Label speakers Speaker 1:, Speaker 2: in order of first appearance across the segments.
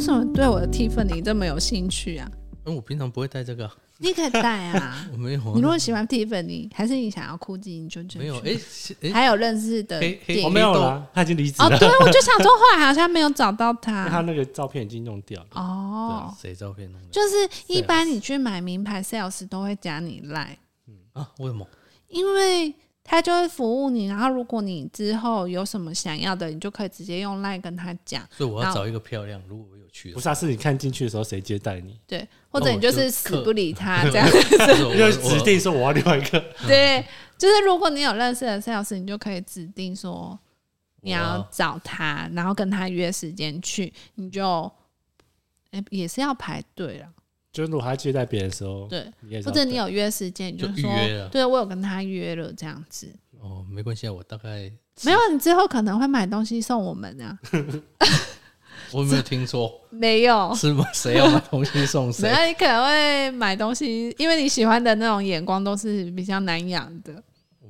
Speaker 1: 什么对我的 Tiffany 这么有兴趣啊？
Speaker 2: 嗯，我平常不会戴这个啊，。
Speaker 1: 你可以戴啊
Speaker 2: 我没有啊。
Speaker 1: 你如果喜欢 Tiffany，还是你想要哭泣，你就就
Speaker 2: 没有，哎、是哎、
Speaker 1: 还有认识的
Speaker 2: 黑黑
Speaker 1: 电
Speaker 2: 我
Speaker 1: 影
Speaker 2: 们
Speaker 3: 哦没有啦，他已经离职
Speaker 1: 哦，
Speaker 3: 了，
Speaker 1: 对，我就想说，后来好像没有找到
Speaker 3: 他
Speaker 1: 他。
Speaker 3: 那个照片已经弄掉了。
Speaker 1: 哦，
Speaker 2: 啊谁照片弄的
Speaker 1: 就是一般你去买名牌 sales 都会加你 line，
Speaker 2: 啊？为什么？
Speaker 1: 因为他就会服务你。然后如果你之后有什么想要的，你就可以直接用 line 跟他讲，
Speaker 2: 所以我要
Speaker 1: 那
Speaker 2: 找一个漂亮，如果我有去的
Speaker 3: 不
Speaker 2: 话，
Speaker 3: 是啊，是你看进去的时候谁接待你，
Speaker 1: 对，或者
Speaker 2: 那
Speaker 1: 你
Speaker 2: 我
Speaker 1: 就
Speaker 2: 就是
Speaker 1: 死
Speaker 2: 刻
Speaker 1: 不理他啊这样。
Speaker 2: 就是我
Speaker 3: 就
Speaker 2: 我
Speaker 3: 指定说我要另外一个。
Speaker 2: 嗯
Speaker 1: 对，就是如果你有认识的 sales，你就可以指定说你要找他，然后跟他约时间去，你就。哎、也是要排队了，
Speaker 3: 就是如果他接待别人的时候，
Speaker 1: 对，
Speaker 3: 你也是
Speaker 1: 或
Speaker 3: 要
Speaker 1: 者你有约时间，你
Speaker 2: 哦就
Speaker 1: 说
Speaker 2: 预约了，
Speaker 1: 对我有跟他约了这样子，
Speaker 2: 哦，没关系啊，我大概
Speaker 1: 没有，你之后可能会买东西送我们 啊，
Speaker 2: 我有没有听错，
Speaker 1: 没有，
Speaker 2: 是吗？谁要把东西送
Speaker 1: 哦没
Speaker 2: 谁？
Speaker 1: 有，你可能会买东西，因为你喜欢的那种眼光都是比较难养的，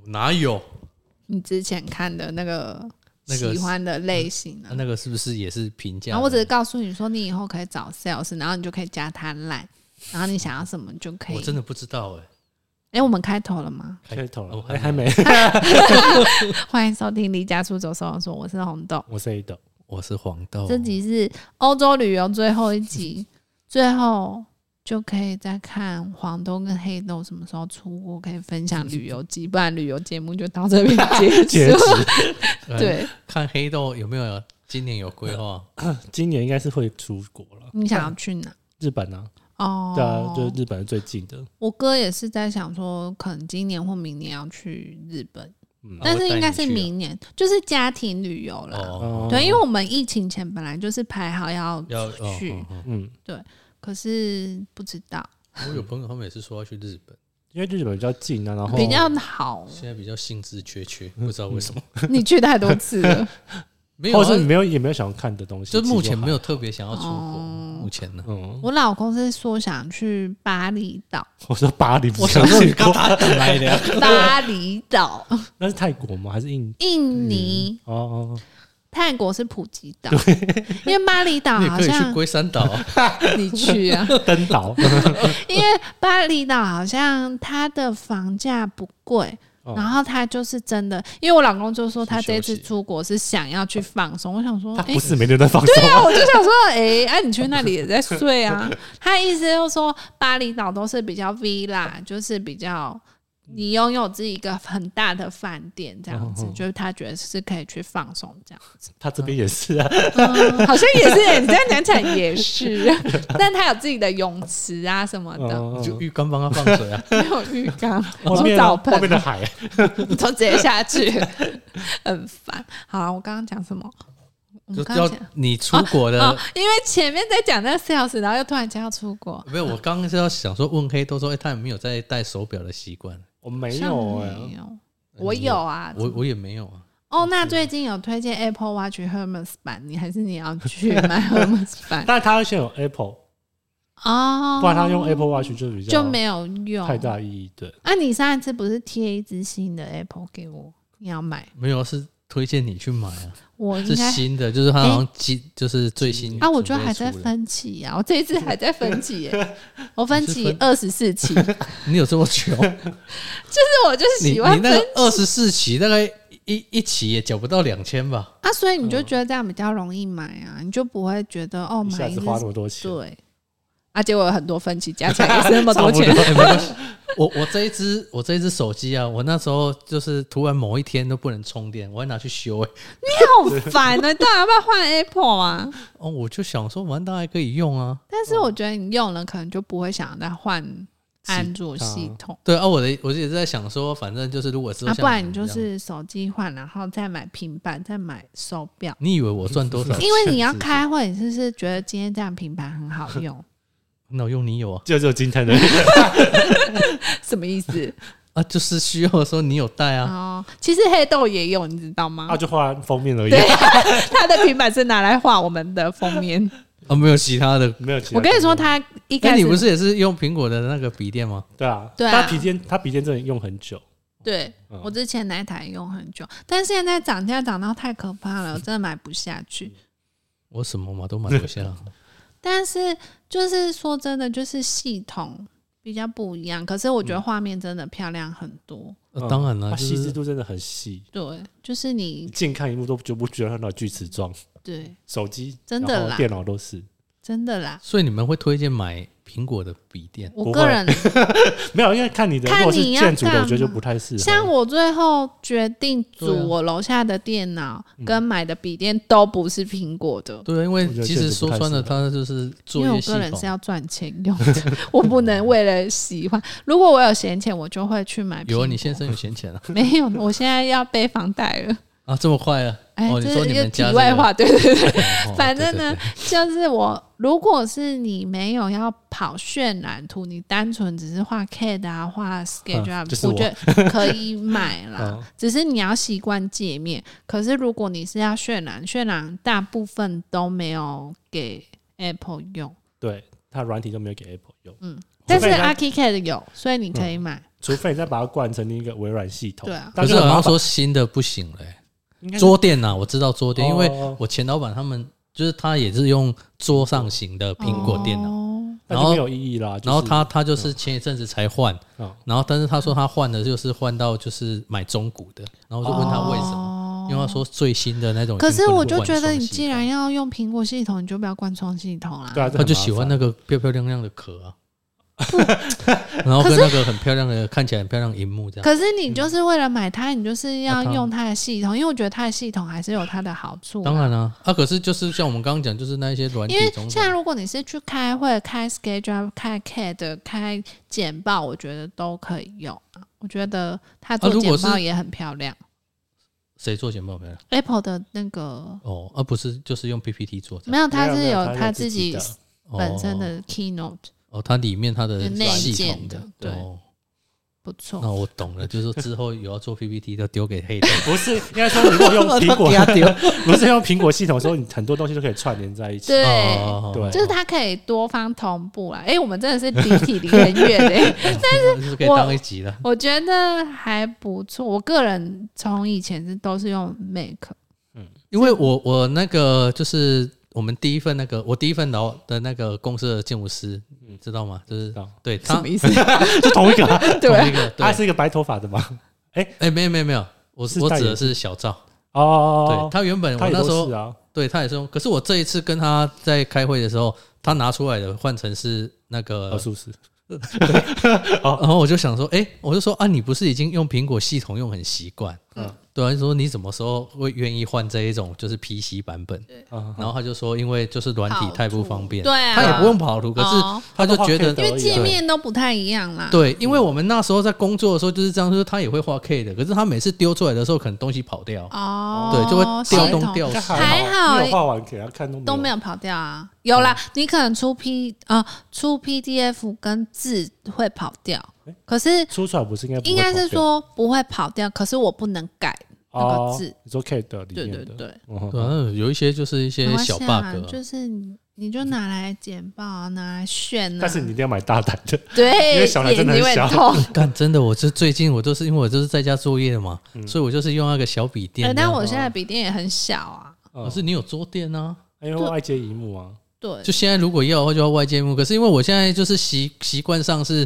Speaker 2: 哪有？
Speaker 1: 你之前看的那个
Speaker 2: 那个
Speaker 1: 喜欢的类型啊
Speaker 2: 那，那个是不是也是评价的？
Speaker 1: 然后我只是告诉你说，你以后可以找 sales，然后你就可以加他 line，然后你想要什么就可以。
Speaker 2: 我真的不知道哎、
Speaker 1: 哎、我们开头了吗？
Speaker 3: 开头了
Speaker 2: 哦，
Speaker 3: 哎，还没，
Speaker 1: 欢迎收听《离家出走收容所》，我是红豆，
Speaker 3: 我是一豆，
Speaker 2: 我是黄豆，
Speaker 1: 这集是欧洲旅游最后一集，最后就可以再看黄豆跟黑豆什么时候出国，可以分享旅游集，不然旅游节目就到这边结
Speaker 3: 截
Speaker 1: 束。
Speaker 3: 止，
Speaker 2: 呃，
Speaker 1: 对，
Speaker 2: 看黑豆有没有今年有规划？
Speaker 3: 今年应该是会出国了。
Speaker 1: 你想要去哪？
Speaker 3: 日本啊，
Speaker 1: 哦，
Speaker 3: 对啊，就是日本是最近的，
Speaker 1: 我哥也是在想说，可能今年或明年要去日本。
Speaker 3: 嗯，
Speaker 1: 但是应该是
Speaker 2: 我带你去啊
Speaker 1: 明年，就是家庭旅游啦。
Speaker 3: 嗯
Speaker 2: 哦，
Speaker 1: 对，因为我们疫情前本来就是排好要
Speaker 2: 要
Speaker 1: 出去，
Speaker 2: 哦哦
Speaker 3: 嗯，
Speaker 1: 可是不知道
Speaker 2: 哦我有朋友他们也是说要去日本，
Speaker 3: 因为日本比较近啊，然后
Speaker 1: 比较好。
Speaker 2: 现在比较兴致缺缺，不知道为什么，
Speaker 1: 你去太多次 了，
Speaker 2: 没有
Speaker 3: 或
Speaker 2: 啊，
Speaker 3: 者是你没有也没有想要看的东西，
Speaker 2: 就目前
Speaker 3: 其实
Speaker 2: 没有特别想要出国，
Speaker 1: 哦
Speaker 2: 目前呢。
Speaker 3: 就还，嗯，
Speaker 1: 我老公是说想去巴厘 岛，
Speaker 3: 我说巴黎，
Speaker 2: 我
Speaker 3: 不
Speaker 2: 想
Speaker 3: 想
Speaker 2: 说你
Speaker 3: 去
Speaker 2: 刚
Speaker 3: 过，
Speaker 2: 打等来的呀，
Speaker 1: 巴厘岛、
Speaker 3: 那是泰国吗？还是印？
Speaker 1: 印
Speaker 2: 嗯
Speaker 1: 尼、
Speaker 3: 哦哦，哦
Speaker 1: 泰国是普吉岛，因为巴厘岛
Speaker 2: 你也
Speaker 1: 好
Speaker 2: 可以去
Speaker 1: 像
Speaker 2: 龟山岛啊，
Speaker 1: 你去啊，
Speaker 3: 登岛，
Speaker 1: 因为巴厘岛好像它的房价不贵，
Speaker 3: 哦
Speaker 1: 然后他就是真的，因为我老公就说他
Speaker 2: 去休
Speaker 1: 这次
Speaker 2: 息
Speaker 1: 出国是想要去放松，我想说，
Speaker 3: 他
Speaker 1: 哎、
Speaker 3: 不是每天都在放松
Speaker 1: 对啊，我就想说，哎、哎、你去那里也在睡 啊？他意思就是说，巴厘岛都是比较
Speaker 3: 哦
Speaker 1: villa，就是比较你拥有自己一个很大的饭店这样子，
Speaker 3: 嗯哦哦
Speaker 1: 就是他觉得是可以去放松这样。
Speaker 3: 他这边也是啊，
Speaker 1: 嗯， 好像也是、哎你这样讲起来也是， 但他有自己的泳池啊什么的，
Speaker 3: 嗯
Speaker 2: 你就
Speaker 3: 嗯
Speaker 2: 浴缸帮他放水啊，
Speaker 1: 没有浴缸，
Speaker 3: 后
Speaker 1: 有
Speaker 3: 面
Speaker 1: 澡
Speaker 3: 啊
Speaker 1: 盆
Speaker 3: 后面的海，
Speaker 1: 都直接下 去，很烦。好啊，我刚刚讲什么？我
Speaker 2: 就
Speaker 1: 们刚刚
Speaker 2: 要
Speaker 1: 讲
Speaker 2: 你出国
Speaker 1: 哦
Speaker 3: 呃
Speaker 2: 的，
Speaker 1: 因为前面在讲那 sales，然后又突然间要出国，
Speaker 2: 没有，我刚刚是要想说问黑豆说，哎，他有没有在戴手表的习惯？
Speaker 3: 我没
Speaker 1: 像
Speaker 3: 有哎，
Speaker 1: 没有，我有啊。
Speaker 2: 我我也没有啊，
Speaker 1: 哦，那最近有推荐 Apple Watch Hermes 版，你还是你要去买 Hermes 版
Speaker 3: 但他现在有 Apple，
Speaker 1: 哦？
Speaker 3: 不然他用 Apple Watch 就比较
Speaker 1: 就没有用。
Speaker 3: 太大意义，对，
Speaker 1: 啊，你上一次不是贴一只新的 Apple 给我，你要买？
Speaker 2: 没有啊是推荐你去买啊，
Speaker 1: 我应
Speaker 2: 是
Speaker 1: 该
Speaker 2: 新的，就是它好像今就是最新
Speaker 1: 啊，我觉得还在
Speaker 2: 准备出的，
Speaker 1: 分歧啊，我这一次还在分歧耶，我分
Speaker 2: 你
Speaker 1: 歧
Speaker 2: 是
Speaker 1: 二十四期，但
Speaker 2: 你有这么 久？
Speaker 1: 是我就是
Speaker 2: 你
Speaker 1: 喜
Speaker 2: 你
Speaker 1: 欢
Speaker 2: 那
Speaker 1: 分
Speaker 2: 个二十四期大概一一期也缴不到两千吧？
Speaker 1: 啊，所以你就觉得这样比较容易买啊，你就不会觉得哦
Speaker 3: 一
Speaker 1: 买
Speaker 3: 下
Speaker 1: 一
Speaker 3: 子
Speaker 1: 只
Speaker 3: 花那么多钱，
Speaker 1: 对，啊，结果有很多分歧加起来也是那么 多钱
Speaker 3: 差不，
Speaker 2: 哎没关系，我我这一只我这一只手机啊，我那时候就是突然某一天都不能充电，我还拿去修哎、
Speaker 1: 你好烦啊！你到底要不要换 Apple 啊？
Speaker 2: 哦，我就想说玩到还可以用啊。
Speaker 1: 但是我觉得你用了可能就不会想要再换安卓
Speaker 3: 其他
Speaker 1: 系统
Speaker 2: 对啊，我的我也是在想说，反正就是如果是
Speaker 1: 啊，不然你就是手机换，然后再买平板，再买手 表。？
Speaker 2: 你以为我赚多 少
Speaker 1: 因为你要
Speaker 2: 是不是，
Speaker 1: 开会，你是不是觉得今天这样平板很好用？啊
Speaker 2: 那我用你有啊
Speaker 3: 就只有今天 的，
Speaker 1: 什么意思？
Speaker 2: 啊，就是需要的时候你有带啊。
Speaker 1: 哦，其实黑豆也有，你知道吗？
Speaker 3: 啊，就换封面而已
Speaker 1: 对， 他的平板是拿来画我们的封面。
Speaker 2: 啊，没有其他的。
Speaker 3: 没有其他。
Speaker 1: 我跟你说，，他一
Speaker 2: 那
Speaker 1: 开
Speaker 2: 哎你
Speaker 1: 始
Speaker 2: 不是也是用苹果的那个笔电吗？
Speaker 3: 对啊，
Speaker 1: 对啊
Speaker 3: 他笔电他笔电真的用很久，
Speaker 1: 对
Speaker 3: 嗯
Speaker 1: 我之前那一台用很久，但现在涨价涨到太可怕了，我真的买不下去。
Speaker 2: 我什么嘛都买不下，啊
Speaker 1: 但是就是说真的，就是系统比较不一样。可是我觉得画面真的漂亮很多。
Speaker 2: 呃当然了，
Speaker 3: 它
Speaker 2: 就
Speaker 3: 嗯细致
Speaker 2: 是
Speaker 3: 度真的很细，
Speaker 1: 对，就是
Speaker 3: 你
Speaker 1: 你
Speaker 3: 近看一幕都就不觉得它那锯齿状，
Speaker 1: 对，
Speaker 3: 手机
Speaker 1: 真的啦
Speaker 3: 然后电脑都是
Speaker 1: 真的啦。
Speaker 2: 所以你们会推荐买苹果的笔电？
Speaker 1: 我
Speaker 3: 不
Speaker 1: 个
Speaker 3: 会
Speaker 1: 人
Speaker 3: 没有，因为看你的，
Speaker 1: 看
Speaker 3: 如果是
Speaker 1: 你要
Speaker 3: 建筑的，
Speaker 1: 干
Speaker 3: 我觉得就
Speaker 1: 嘛
Speaker 3: 不太适合。
Speaker 1: 像我最后决定
Speaker 2: 对啊
Speaker 1: 组我楼下的电脑跟买的笔电都不是苹果的。
Speaker 2: 对，因为
Speaker 3: 我觉得
Speaker 2: 其
Speaker 3: 这
Speaker 2: 实
Speaker 3: 个不
Speaker 2: 说
Speaker 3: 太
Speaker 2: 穿了，
Speaker 3: 适
Speaker 2: 它就是
Speaker 1: 因
Speaker 2: 作
Speaker 1: 为我
Speaker 2: 业系
Speaker 1: 个人是
Speaker 2: 统。啊
Speaker 1: 要赚钱用的， 我不能为了喜欢。如果我有闲钱，我就会去买。
Speaker 2: 有啊，你先生有闲钱 啊？
Speaker 1: 没有？我现在要背房贷了。
Speaker 2: 啊，这么快啊？
Speaker 1: 哎，
Speaker 2: 哦，你
Speaker 1: 这
Speaker 2: 说
Speaker 1: 是
Speaker 2: 你
Speaker 1: 一个
Speaker 2: 们
Speaker 1: 题
Speaker 2: 家这
Speaker 1: 外
Speaker 2: 个，
Speaker 1: 话，对对对，
Speaker 2: 哦
Speaker 1: 反正呢，
Speaker 2: 对对对
Speaker 1: 就是我，如果是你没有要跑渲染图，你单纯只是画 CAD 啊、
Speaker 2: 嗯
Speaker 1: 画 Sketch 啊，
Speaker 3: 就是
Speaker 1: 我
Speaker 3: 我
Speaker 1: 觉得可以买 啦
Speaker 3: 嗯。
Speaker 2: 哦
Speaker 1: 只是你要习惯界面。可是如果你是要渲染，渲染大部分都没有给 Apple
Speaker 2: 哦
Speaker 1: 用，
Speaker 3: 对它软体都没有给 Apple 用，
Speaker 1: 但是
Speaker 3: 除非它
Speaker 1: Archicad 有，所以你可
Speaker 2: 嗯
Speaker 1: 以买。
Speaker 3: 除非你再把它灌成一个微软系统。
Speaker 1: 对啊
Speaker 2: 可
Speaker 3: 但
Speaker 2: 是
Speaker 3: 很
Speaker 2: 好
Speaker 3: 麻
Speaker 2: 像
Speaker 3: 烦
Speaker 2: 说新的不行嘞、
Speaker 3: 应该是
Speaker 2: 桌垫啊呐，我知道桌垫，因为
Speaker 3: 哦
Speaker 2: 我前老板他们就是他也是用桌上型的苹果电脑，
Speaker 1: 哦
Speaker 3: 那就没有意义啦。就是
Speaker 2: 然后他他就是前一阵子才换，
Speaker 3: 嗯
Speaker 2: 然后但是他说他换的就是换到就是买中古的，然后我就问他为什么，
Speaker 1: 哦
Speaker 2: 因为他说最新的那种已经
Speaker 1: 可
Speaker 2: 不能
Speaker 1: 是
Speaker 2: 换
Speaker 1: 我
Speaker 2: 双系
Speaker 1: 就
Speaker 2: 统，
Speaker 1: 觉得你既然要用苹果系统，你就不要灌双系统啦。
Speaker 3: 对啊，这
Speaker 2: 他
Speaker 3: 很
Speaker 2: 就
Speaker 3: 麻
Speaker 2: 喜欢
Speaker 3: 烦
Speaker 2: 那个漂漂亮亮的壳啊， 然后跟那个很漂亮的看起来很漂亮的荧幕这样，嗯
Speaker 1: 可是你就是为了买它，你就是要
Speaker 2: 那当
Speaker 1: 用它的系统，因为我觉得它的系统还是有它的好处。
Speaker 2: 嗯当，然啦、啊，可是就是像我们刚刚讲，就是那一些软体
Speaker 1: 因为
Speaker 2: 种
Speaker 1: 现在
Speaker 2: 种，
Speaker 1: 如果你是去开会、开 schedule、开 CAD、开简报，我觉得都可以用啊。我觉得它做
Speaker 2: 啊如果
Speaker 1: 简
Speaker 2: 是
Speaker 1: 报也很漂亮、
Speaker 2: 谁做简报漂亮？
Speaker 1: a p p l e 的那个
Speaker 2: 哦，而、不是就是用 PPT 做的
Speaker 1: 没有，它是
Speaker 3: 没有它
Speaker 1: 它
Speaker 3: 有
Speaker 1: 自
Speaker 3: 自
Speaker 1: 己
Speaker 3: 的
Speaker 1: 本身的 Keynote，、
Speaker 2: 哦，它里面它的
Speaker 1: 有内
Speaker 2: 系
Speaker 1: 建
Speaker 2: 统
Speaker 1: 的
Speaker 2: 对。
Speaker 1: 对
Speaker 2: 哦
Speaker 1: 不错。
Speaker 2: 那我懂了，就是说之后有要做 PPT 都丢给黑的，
Speaker 3: 不是应该说你如果用苹果
Speaker 2: 给，他丢。哦
Speaker 3: 不是用苹果系统的时候，你很多东西都可以串联在一起。
Speaker 1: 对。
Speaker 2: 哦哦
Speaker 3: 对
Speaker 1: 就是它可以多方同步啦，哎、我们真的是离体离很远的、
Speaker 2: 但是可以当一集了。
Speaker 1: 我觉得还不错，我个人从以前是都是用 Make，
Speaker 2: 因为我我那个就是我们第一份那个我第一份老的那个公司的建筑师，你知道吗？就是
Speaker 3: 知道
Speaker 2: 对
Speaker 1: 什
Speaker 2: 他
Speaker 1: 么意 思？
Speaker 3: 就同一个啊，
Speaker 1: 对
Speaker 2: 同一
Speaker 1: 啊，
Speaker 2: 个对
Speaker 3: 他， 是一个白头发的吗？
Speaker 2: 哎，没有没有没有，我
Speaker 3: 是
Speaker 2: 我
Speaker 3: 代
Speaker 2: 指的
Speaker 3: 言
Speaker 2: 是小赵，对
Speaker 3: 哦，
Speaker 2: 他原本
Speaker 3: 他
Speaker 2: 我
Speaker 3: 也
Speaker 2: 那时
Speaker 3: 都
Speaker 2: 候
Speaker 3: 是啊，
Speaker 2: 对他也是用，可是我这一次跟他在开会的时候，他拿出来的换成是那个
Speaker 3: 哦，术士
Speaker 2: 然后我就想说，哎、我就说啊，你不是已经用苹果系统用很习惯，嗯
Speaker 3: 嗯，
Speaker 2: 对啊，就说你什么时候会愿意换这一种就是 PC 版本？
Speaker 3: 啊，
Speaker 2: 然后他就说，因为就是软体太不方便，
Speaker 1: 跑图对啊
Speaker 2: 他也不用跑图，可是
Speaker 1: 哦
Speaker 2: 他就觉
Speaker 3: 他
Speaker 2: 得
Speaker 3: 都。
Speaker 1: 因
Speaker 3: 画 K 的
Speaker 1: 为界面都不太一样啦。
Speaker 2: 对，因为我们那时候在工作的时候就是这样，就是他也会画 K 的，可是他每次丢出来的时候，可能东西跑掉，
Speaker 1: 哦，
Speaker 2: 对，就会
Speaker 1: 系
Speaker 2: 调
Speaker 1: 统
Speaker 2: 动掉
Speaker 3: 应该
Speaker 2: 色。
Speaker 1: 还好
Speaker 3: 没有画完给他看
Speaker 1: 都
Speaker 3: 都
Speaker 1: 没
Speaker 3: 有。
Speaker 1: 有跑掉啊。有啦，你可能出 P 啊、出 PDF 跟字会跑掉，可是
Speaker 3: 出出来不是应该不会
Speaker 1: 应该是
Speaker 3: 跑掉
Speaker 1: 说不会跑掉，可是我不能改那个
Speaker 3: 哦
Speaker 1: 字。
Speaker 3: 你说 K 的里
Speaker 1: 对对
Speaker 3: 面的，
Speaker 1: 对，
Speaker 3: 嗯哼
Speaker 2: 对啊，有一些就是一
Speaker 1: 没
Speaker 2: 些
Speaker 1: 关
Speaker 2: 小
Speaker 1: 系
Speaker 2: bug，、
Speaker 1: 啊，就是你你就拿来剪报啊，拿来炫啊。
Speaker 3: 但是你一定要买大胆 的，
Speaker 1: 对，
Speaker 3: 因为小孩真的很
Speaker 1: 眼睛
Speaker 3: 小
Speaker 1: 会痛。
Speaker 2: 但真的，我这最近我都是因为我就是在家作业嘛，所以我就是用那个小笔电
Speaker 1: 哎，
Speaker 2: 这
Speaker 1: 但
Speaker 2: 样。
Speaker 3: 哦
Speaker 1: 我现在笔电也很小啊。
Speaker 3: 嗯
Speaker 2: 可是你有桌垫啊，
Speaker 3: 因为外接荧幕啊，
Speaker 1: 对，
Speaker 2: 就现在如果要的话，就要外接幕。可是因为我现在就是习习惯上是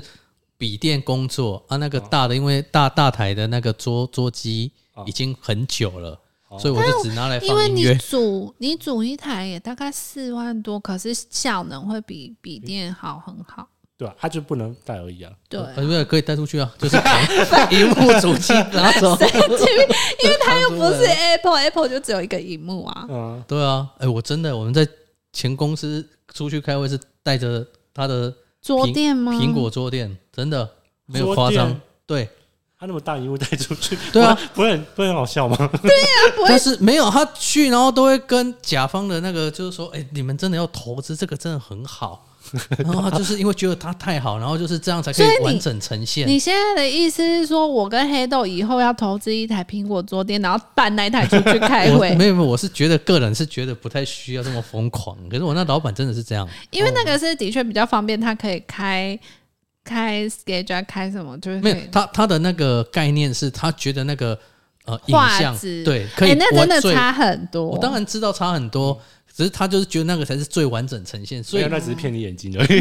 Speaker 2: 笔电工作啊，那个大的，因为大大台的那个桌桌机
Speaker 3: 哦
Speaker 2: 已经很久了，
Speaker 3: 哦
Speaker 2: 所以我就只拿来
Speaker 1: 哎因
Speaker 2: 放
Speaker 1: 为
Speaker 2: 音
Speaker 1: 你
Speaker 2: 乐。
Speaker 1: 组你组一台也大概四万多，可是效能会比笔电好很好。
Speaker 3: 对啊，他就不能带而已啊。
Speaker 1: 对，
Speaker 2: 呃，对，可以带出去啊，就是 扛荧幕主机拿走，因为它又
Speaker 1: 不是 Apple，Apple 就只有一个荧幕啊。
Speaker 3: 嗯，
Speaker 2: 对啊，哎，我真的我们在前公司出去开会是带着他的
Speaker 1: 桌垫吗？
Speaker 2: 苹果桌垫，真的没有
Speaker 3: 桌
Speaker 2: 夸张
Speaker 3: 垫，
Speaker 2: 对。
Speaker 3: 他那么大荧幕带出去，
Speaker 2: 对啊
Speaker 3: 不会，不会很不会很好笑吗？
Speaker 2: 但是没有他去，然后都会跟甲方的那个就是说，哎、你们真的要投资这个真的很好。 然后他就是因为觉得它太好，然后就是这样才可
Speaker 1: 所以
Speaker 2: 以
Speaker 1: 你
Speaker 2: 完整呈现。
Speaker 1: 你现在的意思是说，我跟黑豆以后要投资一台苹果桌垫，然后搬那一台出去开
Speaker 2: 我
Speaker 1: 会，
Speaker 2: 没有没有，我是觉得个人是觉得不太需要这么疯狂。可是我那老板真的是这样，
Speaker 1: 因为那个是的确比较方便，它可以开开 schedule 开什么，就是可
Speaker 2: 没
Speaker 1: 以
Speaker 2: 有他他的那个概念是他觉得那个呃影
Speaker 1: 画
Speaker 2: 像
Speaker 1: 质
Speaker 2: 对可以
Speaker 1: 哎那真的
Speaker 2: 完最
Speaker 1: 差很多。
Speaker 2: 我当然知道差很多，只是他就是觉得那个才是最完整呈现，所
Speaker 3: 所以
Speaker 2: 以
Speaker 3: 那只是骗你眼睛而已，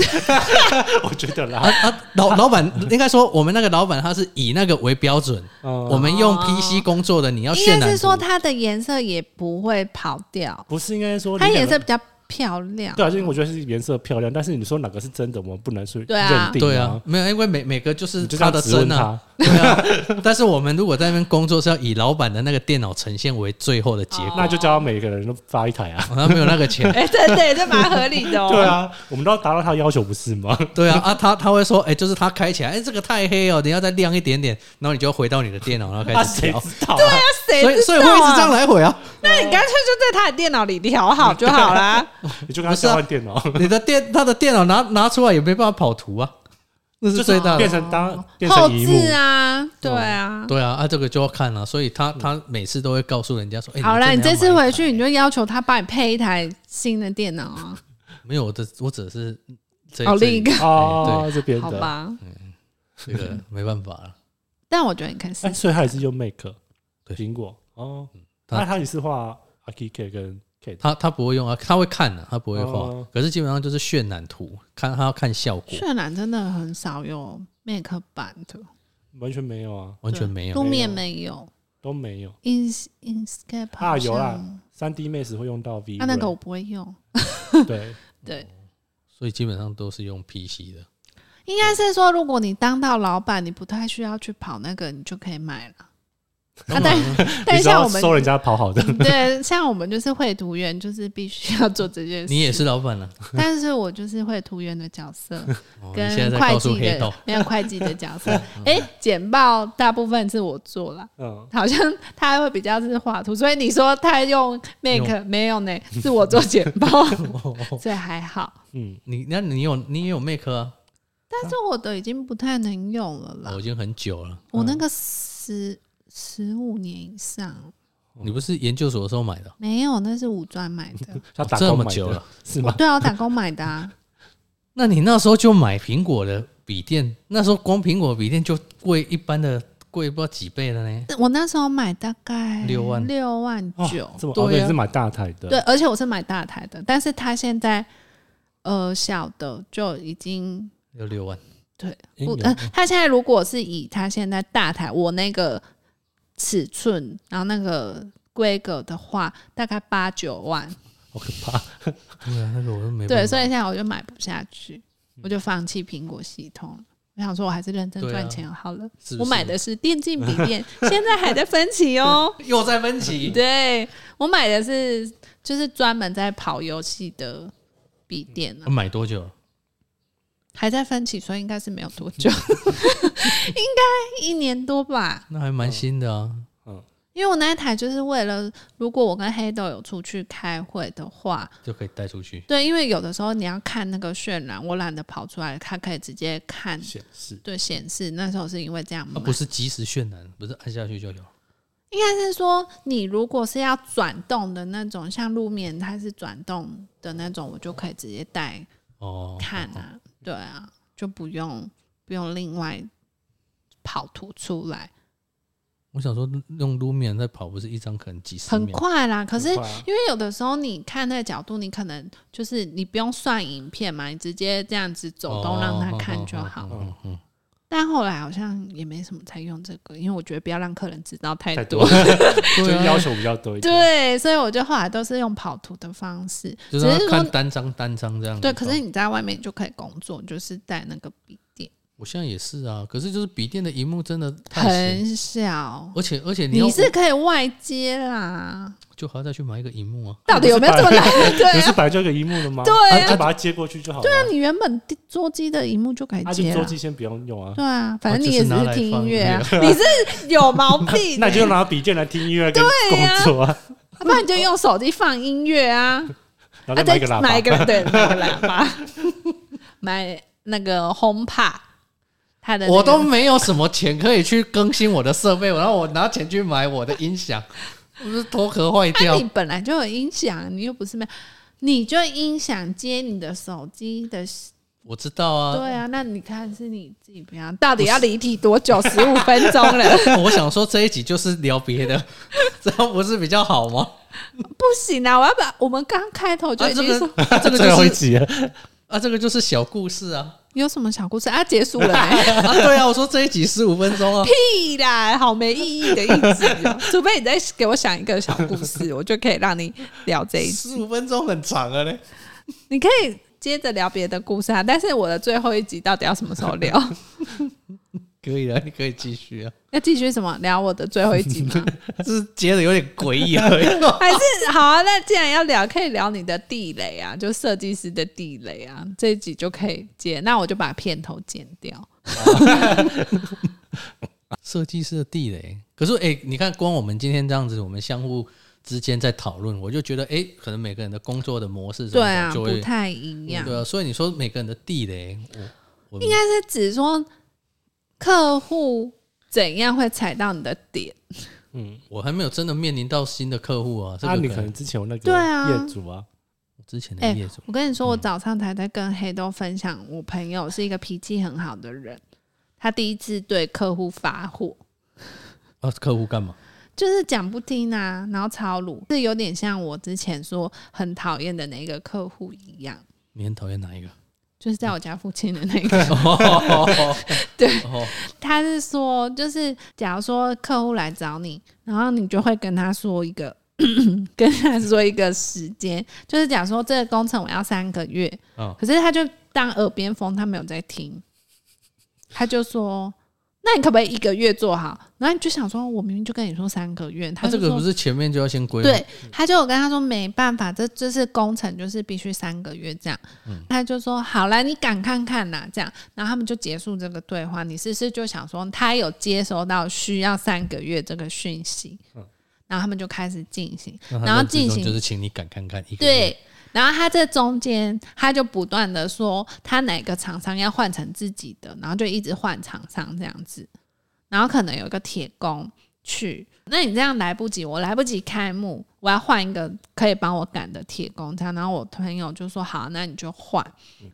Speaker 3: 我觉得
Speaker 2: 啊
Speaker 3: 啦，
Speaker 2: 啊，老老板应该说我们那个老板他是以那个为标准，
Speaker 3: 嗯，
Speaker 2: 我们用
Speaker 1: 哦
Speaker 2: PC 工作的，你要
Speaker 1: 应
Speaker 2: 渲
Speaker 1: 该
Speaker 2: 染
Speaker 1: 是说
Speaker 2: 图
Speaker 1: 它的颜色也不会跑掉，
Speaker 3: 不是应该说你
Speaker 1: 它
Speaker 3: 两个
Speaker 1: 颜色比较漂亮。
Speaker 3: 对啊，就是我觉得是颜色漂亮，但是你说哪个是真的，我们不能去
Speaker 1: 对啊
Speaker 3: 认定
Speaker 2: 对啊，，没有，因为每每个就是
Speaker 3: 你就这
Speaker 2: 他
Speaker 3: 样
Speaker 2: 的
Speaker 3: 质问
Speaker 2: 真啊，
Speaker 3: 他，
Speaker 2: 对啊。但是我们如果在那边工作是要以老板的那个电脑呈现为最后的结果，
Speaker 1: 哦
Speaker 3: 那就叫他每个人都发一台啊。
Speaker 2: 好像没有那个 钱，
Speaker 1: 哎、对对，这蛮合理 的哦。
Speaker 3: 对，啊，我们都要达到他的要求，不是吗？
Speaker 2: 对啊啊，他他会说，哎，就是他开起来，哎，这个太黑哦，你要再亮一点点，然后你就回到你的电脑，然后
Speaker 3: 那
Speaker 2: 开始
Speaker 3: 谁
Speaker 2: 调，
Speaker 3: 知道 啊？对啊，
Speaker 1: 谁
Speaker 2: 所以
Speaker 1: 知
Speaker 2: 所
Speaker 1: 道
Speaker 2: 以
Speaker 1: 啊？
Speaker 2: 会一直这样来回啊。
Speaker 1: 那你干脆就在他的电脑里调好就好 啦。
Speaker 3: 你就跟他交换电脑，
Speaker 2: 你的电他的电脑拿拿出来也没办法跑图啊，那是最大
Speaker 3: 变
Speaker 2: 的。哎
Speaker 3: 成当变
Speaker 1: 后
Speaker 3: 成荧幕，
Speaker 1: 置啊，对啊。嗯
Speaker 2: 对啊，啊，这个就要看了，所以他他每次都会告诉人家说，哎，
Speaker 1: 好啦，
Speaker 2: 真
Speaker 1: 你
Speaker 2: 的
Speaker 1: 这
Speaker 2: 要
Speaker 1: 次
Speaker 2: 买一
Speaker 1: 回
Speaker 2: 台
Speaker 1: 去你就要求他帮你配一台新的电脑啊，
Speaker 2: 没有我的，我只是这
Speaker 1: 哦，另一个，
Speaker 3: 哦，这边
Speaker 1: 好
Speaker 3: 的，
Speaker 1: 吧？
Speaker 2: 这这个没办法了。
Speaker 1: 但我觉得你可以试
Speaker 3: 哎，，所以他也是用 Mac，
Speaker 2: 对嗯
Speaker 3: 苹果哦，
Speaker 2: 他
Speaker 3: 那他也是画 a k i K 跟 K，
Speaker 2: 他他不会用啊，他会看的、他不会画。
Speaker 3: 哦
Speaker 2: 可是基本上就是渲染图，看他要看效果，
Speaker 1: 渲染真的很少有 Mac 版的，
Speaker 3: 完全没有
Speaker 1: 哦
Speaker 3: 啊，
Speaker 2: 完全没有
Speaker 1: 路面没有
Speaker 3: 都没有。
Speaker 1: ，Ins Inscape
Speaker 3: 啊
Speaker 1: 好像
Speaker 3: 有啦，三 D Max 会用到 V，
Speaker 1: 啊那个我不会用，
Speaker 3: 对，
Speaker 1: 对，
Speaker 2: 所以基本上都是用 PC 的。
Speaker 1: 应该是说如果你当到老板，你不太需要去跑那个，你就可以买了。啊，但 但
Speaker 3: 你知道
Speaker 1: 像我们
Speaker 3: 收 人家跑好的，
Speaker 1: 对，像我们就是绘图员，就是必须要做这件事。
Speaker 2: 你也是老板了、
Speaker 1: 但是我就是绘图员的角色，
Speaker 2: 哦，你
Speaker 1: 跟
Speaker 2: 现在在
Speaker 1: 会
Speaker 2: 告诉
Speaker 1: 计
Speaker 2: 黑嗯
Speaker 1: 的
Speaker 2: 豆，
Speaker 1: 没有会计的角 色。哎、简报大部分是我做了，
Speaker 3: 嗯，
Speaker 1: 好像他会比较是画图，所以你说他用 Make 没有呢？是我做简 报，所以还好。
Speaker 3: 嗯，
Speaker 2: 你那你有你也有 Make 啊？
Speaker 1: 但是我的已经不太能用了啦，
Speaker 2: 我已经很久了。
Speaker 1: 我那个十十五年以上
Speaker 2: 你不是研究所的时候买的？
Speaker 1: 没有，那是五专买的。
Speaker 3: 他打
Speaker 2: 这
Speaker 3: 工
Speaker 2: 么
Speaker 3: 买的
Speaker 2: 久了，
Speaker 3: 是吗？
Speaker 1: 对啊，我打工买的啊。
Speaker 2: 那你那时候就买苹果的笔电，那时候光苹果笔电就贵一般的贵不知道几倍了呢。
Speaker 1: 我那时候买大概
Speaker 2: 六万
Speaker 1: 六万
Speaker 3: 哦
Speaker 1: 九，
Speaker 3: 这么
Speaker 2: 对啊
Speaker 3: 哦，对，是买大台的，
Speaker 1: 对，，而且我是买大台的，但是它现在呃小的就已经
Speaker 2: 有六万，
Speaker 1: 不，
Speaker 3: 有
Speaker 1: 呃，它现在如果是以它现在大台我那个尺寸，然后那个规格的话，大概八九万，
Speaker 3: 好可怕。
Speaker 2: 对啊，那个我都没办法。
Speaker 1: 对，所以现在我就买不下去，我就放弃苹果系统了。我想说，我还是认真
Speaker 2: 嗯对啊
Speaker 1: 赚钱好了。
Speaker 2: 是不
Speaker 1: 我买
Speaker 2: 是
Speaker 1: 的是电竞笔 电，现在还在分歧哦。
Speaker 2: 又在分歧，
Speaker 1: 对我买的是就是专门在跑游戏的笔
Speaker 2: 嗯
Speaker 1: 电啊，
Speaker 2: 买多久了？
Speaker 1: 还在分歧，所以应该是没有多久， 应
Speaker 2: 嗯
Speaker 1: 该一年多吧。
Speaker 2: 那还蛮新的啊。
Speaker 1: 因为我那一台就是为了，如果我跟黑豆有出去开会的话，
Speaker 2: 就可以带出去。
Speaker 1: 对，因为有的时候你要看那个渲染，我懒得跑出来，它可以直接看
Speaker 3: 显示
Speaker 1: 对显示。那时候是因为这样
Speaker 2: 啊，
Speaker 1: 买，
Speaker 2: 不是即时渲染，不是按下去就有。
Speaker 1: 应该是说你如果是要转动的那种，像路面它是转动的那种，我就可以直接带
Speaker 2: 哦，
Speaker 1: 看啊，对啊，就不用不用另外跑图出来，
Speaker 2: 我想说用 Lumion 在跑，不是一张可能几十
Speaker 1: 很
Speaker 2: 秒，
Speaker 1: 快啦。可是
Speaker 3: 很快啊
Speaker 1: 因为有的时候你看那个角度，你可能就是你不用算影片嘛，你直接这样子走动
Speaker 2: 哦
Speaker 1: 让他看就好。
Speaker 2: 嗯嗯嗯，
Speaker 1: 但后来好像也没什么在用这个，因为我觉得不要让客人知道太
Speaker 3: 太
Speaker 1: 多
Speaker 3: 多，。
Speaker 2: 嗯
Speaker 3: 就是
Speaker 2: 对
Speaker 3: 要
Speaker 2: 啊，
Speaker 3: 求比较多一点。
Speaker 1: 对，所以我就后来都是用跑图的方式，
Speaker 2: 就
Speaker 1: 只
Speaker 2: 是
Speaker 1: 是
Speaker 2: 要看
Speaker 1: 说
Speaker 2: 单张单张这样子
Speaker 1: 对。
Speaker 2: 跑。
Speaker 1: 可是你在外面就可以工作，就是带那个笔电，
Speaker 2: 我现在也是啊，可是就是笔电的荧幕真的太小，
Speaker 1: 很小，
Speaker 2: 而且而且要
Speaker 1: 你是可以外接 啦。
Speaker 2: 就还要再去买一个荧幕啊。
Speaker 1: 到底有没有这么难？对
Speaker 3: 可是
Speaker 1: 啊，
Speaker 3: 本来就有一个荧幕的吗？
Speaker 1: 对
Speaker 3: 啊，
Speaker 1: 啊
Speaker 3: 就把它接过去就好了。对啊，
Speaker 1: 那你原本桌机的荧幕就可以
Speaker 3: 它就
Speaker 1: 接
Speaker 3: 桌
Speaker 1: 了。
Speaker 3: 机先不用用啊，
Speaker 1: 对啊，反
Speaker 2: 啊
Speaker 1: 正
Speaker 2: 就
Speaker 1: 你也
Speaker 2: 是
Speaker 1: 只
Speaker 2: 拿
Speaker 1: 是
Speaker 2: 来
Speaker 1: 听
Speaker 2: 放
Speaker 1: 音乐啊，
Speaker 2: 音
Speaker 1: 你是有毛病的、
Speaker 3: 那你就拿笔电来听音乐跟工作啊，
Speaker 1: 要不然你就用手机放音乐 啊，
Speaker 3: 然后
Speaker 1: 啊
Speaker 3: 再买一个喇
Speaker 1: 买一
Speaker 3: 叭。
Speaker 1: 个对，买一个喇叭， 买那个 HomePod，它的那个、
Speaker 2: 我都没有什么钱可以去更新我的设备，然后我拿钱去买我的音响， 我是脱 壳坏
Speaker 1: 那、
Speaker 2: 掉
Speaker 1: 啊你。本来就有音响，你又不是没有，你就音响接你的手机的，
Speaker 2: 我知道啊，
Speaker 1: 对啊，那你看是你自己不要，到底要离题多 久？ 十五分钟了。
Speaker 2: 我想说这一集就是聊别的，这样不是比较好吗？
Speaker 1: 不行啊！我要把我们刚开头就
Speaker 2: 啊，
Speaker 1: 已
Speaker 2: 这
Speaker 1: 经
Speaker 2: 个
Speaker 1: 说、
Speaker 2: 啊 这个
Speaker 3: 最后一
Speaker 2: 就是
Speaker 3: 集了，
Speaker 2: 啊，这个就是小故事啊
Speaker 1: 有什么小故事啊，结 束了、欸，
Speaker 2: 啊，对啊，我说这一集十五分钟啊，
Speaker 1: 屁啦，好没意义的一集哦！除非你再给我想一个小故事，我就可以让你聊这一集。
Speaker 2: 十五分钟很长了嘞。
Speaker 1: 你可以接着聊别的故事啊，但是我的最后一集到底要什么时候聊？
Speaker 2: 可以了，你可以继续啊，
Speaker 1: 要继续什么聊我的最后一集吗？
Speaker 2: 只是接的有点诡异而 已。
Speaker 1: 还是好啊？那既然要聊，可以聊你的地雷啊，就设计师的地雷啊，这一集就可以接。那我就把片头剪掉。
Speaker 2: 设计师的地雷，可是哎、你看，光我们今天这样子，我们相互之间在讨论，我就觉得哎、可能每个人的工作的模式什
Speaker 1: 对
Speaker 2: 么
Speaker 1: 啊，
Speaker 2: 的就
Speaker 1: 不
Speaker 2: 会
Speaker 1: 太一样。
Speaker 2: 对啊，所以你说每个人的地雷，我我
Speaker 1: 应该是指说客户怎样会踩到你的点。
Speaker 3: 嗯，
Speaker 2: 我还没有真的面临到新的客户啊，这
Speaker 3: 那
Speaker 2: 个
Speaker 3: 你
Speaker 2: 可
Speaker 3: 可
Speaker 2: 能
Speaker 3: 能之前有那个
Speaker 1: 对啊
Speaker 3: 业主啊，
Speaker 2: 之前的
Speaker 1: 哎、
Speaker 2: 业主，
Speaker 1: 我跟你说，我早上才在跟黑豆分享，我朋友是一个脾气很好的人，他第一次对客户发火，
Speaker 2: 啊，客户干嘛？
Speaker 1: 就是讲不听啊，然后超鲁，这有点像我之前说很讨厌的那个客户一样。
Speaker 2: 你很讨厌哪 一个？
Speaker 1: 就是在我家附近的那
Speaker 2: 啊
Speaker 1: 个，对，
Speaker 2: 哦，
Speaker 1: 他是说，就是假如说客户来找你，然后你就会跟他说一个， 跟他说一个时间，就是假如说这个工程我要三个月，
Speaker 2: 嗯
Speaker 1: 可是他就当耳边风，他没有在听，他就说。那你可不可以一个月做好？然后你就想说，我明明就跟你说三个月，他
Speaker 2: 他
Speaker 1: 就
Speaker 2: 啊这个
Speaker 1: 说
Speaker 2: 不是前面就要先规划？嗯
Speaker 1: 对，他就有跟他说没办法，这这是工程，就是必须三个月这样。
Speaker 2: 嗯
Speaker 1: 他就说好啦，你敢看看啦，这样。然后他们就结束这个对话。你是不是就想说他有接收到需要三个月这个讯息？然后他们就开始进行，
Speaker 2: 嗯那他
Speaker 1: 然后
Speaker 2: 认知
Speaker 1: 进
Speaker 2: 中
Speaker 1: 行
Speaker 2: 就是请你敢看看一个月
Speaker 1: 对，然后他这中间他就不断的说他哪个厂商要换成自己的，然后就一直换厂商这样子，然后可能有一个铁工去，那你这样来不及，我来不及开幕，我要换一个可以帮我赶的铁工这样，然后我朋友就说好，那你就换，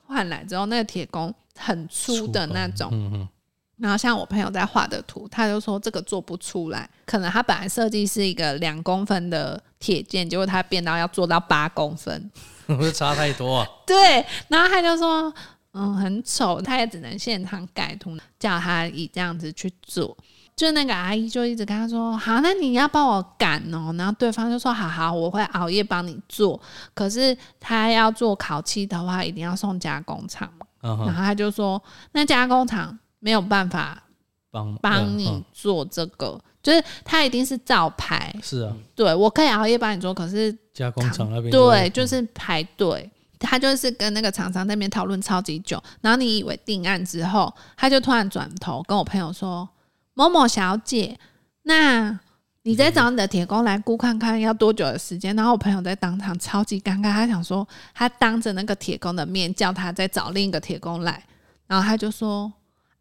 Speaker 1: 换来之后那个铁工很粗的那种，
Speaker 2: 嗯嗯，
Speaker 1: 然后像我朋友在画的图，他就说这个做不出来，可能他本来设计是一个两公分的铁件，结果他变到要做到八公分，
Speaker 2: 嗯 我就差太多啊。
Speaker 1: 对，然后他就说嗯很丑，他也只能现场改图，叫他以这样子去做。就那个阿姨就一直跟他说：“好，那你要帮我赶哦。”然后对方就说：“好好，我会熬夜帮你做。”可是他要做烤漆的话，一定要送加工厂嘛。
Speaker 2: 嗯
Speaker 1: 然
Speaker 2: 哼，
Speaker 1: 后他就说：“那加工厂没有办法
Speaker 2: 帮
Speaker 1: 帮
Speaker 2: 嗯
Speaker 1: 你
Speaker 2: 嗯
Speaker 1: 做这个，就是它一定是照排。
Speaker 2: 是啊，
Speaker 1: 对我可以熬夜帮你做，可是
Speaker 2: 加工厂那边就
Speaker 1: 对，就是嗯排队。他就是跟那个厂商那边讨论超级久，然后你以为定案之后，他就突然转头跟我朋友说：“某某小姐，那你再找你的铁工来估看看要多久的时间。”然后我朋友在当场超级尴尬，他想说他当着那个铁工的面叫他再找另一个铁工来，然后他就说：“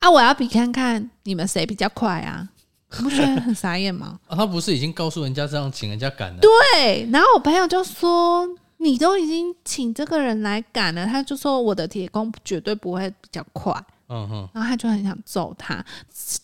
Speaker 1: 啊，我要比看看你们谁比较快啊！” 你不觉得很傻眼吗？
Speaker 2: 啊，他不是已经告诉人家这样请人家赶了？
Speaker 1: 对，然后我朋友就说：“你都已经请这个人来赶了，他就说我的铁工绝对不会比较快。”
Speaker 2: 嗯哼，
Speaker 1: 然后他就很想揍他。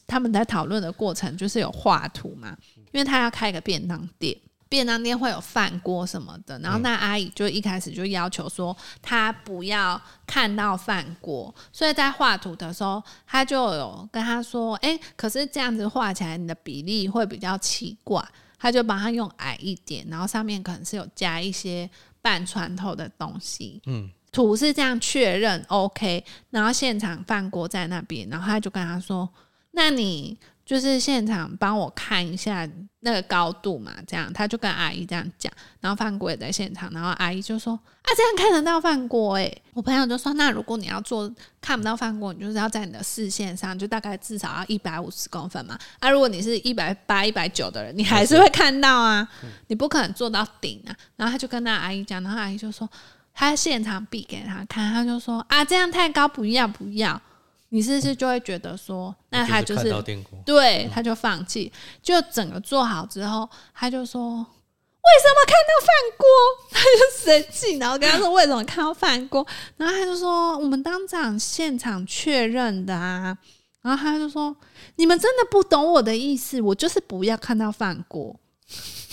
Speaker 1: 他们在讨论的过程就是有画图嘛，因为他要开一个便当店，便当店会有饭锅什么的。
Speaker 2: 嗯
Speaker 1: 然后那阿姨就一开始就要求说，她不要看到饭锅，所以在画图的时候，他就有跟他说：“哎、可是这样子画起来，你的比例会比较奇怪。”他就帮他用矮一点，然后上面可能是有加一些半穿透的东西。
Speaker 2: 嗯，
Speaker 1: 图是这样确认 OK，然后现场饭锅在那边，然后他就跟他说：“那你就是现场帮我看一下那个高度嘛，这样。”他就跟阿姨这样讲，然后饭锅也在现场，然后阿姨就说：“啊，这样看得到饭锅诶、我朋友就说：“那如果你要做看不到饭锅，你就是要在你的视线上，就大概至少要一百五十公分嘛。啊，如果你是一百八、一百九的人，你还是会看到啊，你不可能做到顶啊。”然后他就跟那阿姨讲，然后阿姨就说：“他现场比给他看，他就说啊，这样太高，不要不要。你是不是就会觉得说，那他就
Speaker 2: 看
Speaker 1: 是
Speaker 2: 到电工，
Speaker 1: 对，他就放弃。就整个做好之后，他就说：“为什么看到饭锅？” 他就生气，然后跟他说：“为什么看到饭锅？”然后他就说：“我们当场现场确认的啊。”然后他就说：“你们真的不懂我的意思，我就是不要看到饭锅。”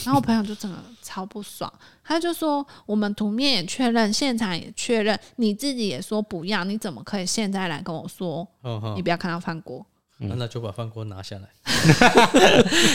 Speaker 1: 然后我朋友就整个超不爽，他就说我们图面也确认，现场也确认，你自己也说不要，你怎么可以现在来跟我说
Speaker 2: 嗯
Speaker 1: 你
Speaker 2: 哼，
Speaker 1: 不要看到饭锅？
Speaker 2: 那那就把饭锅拿下来。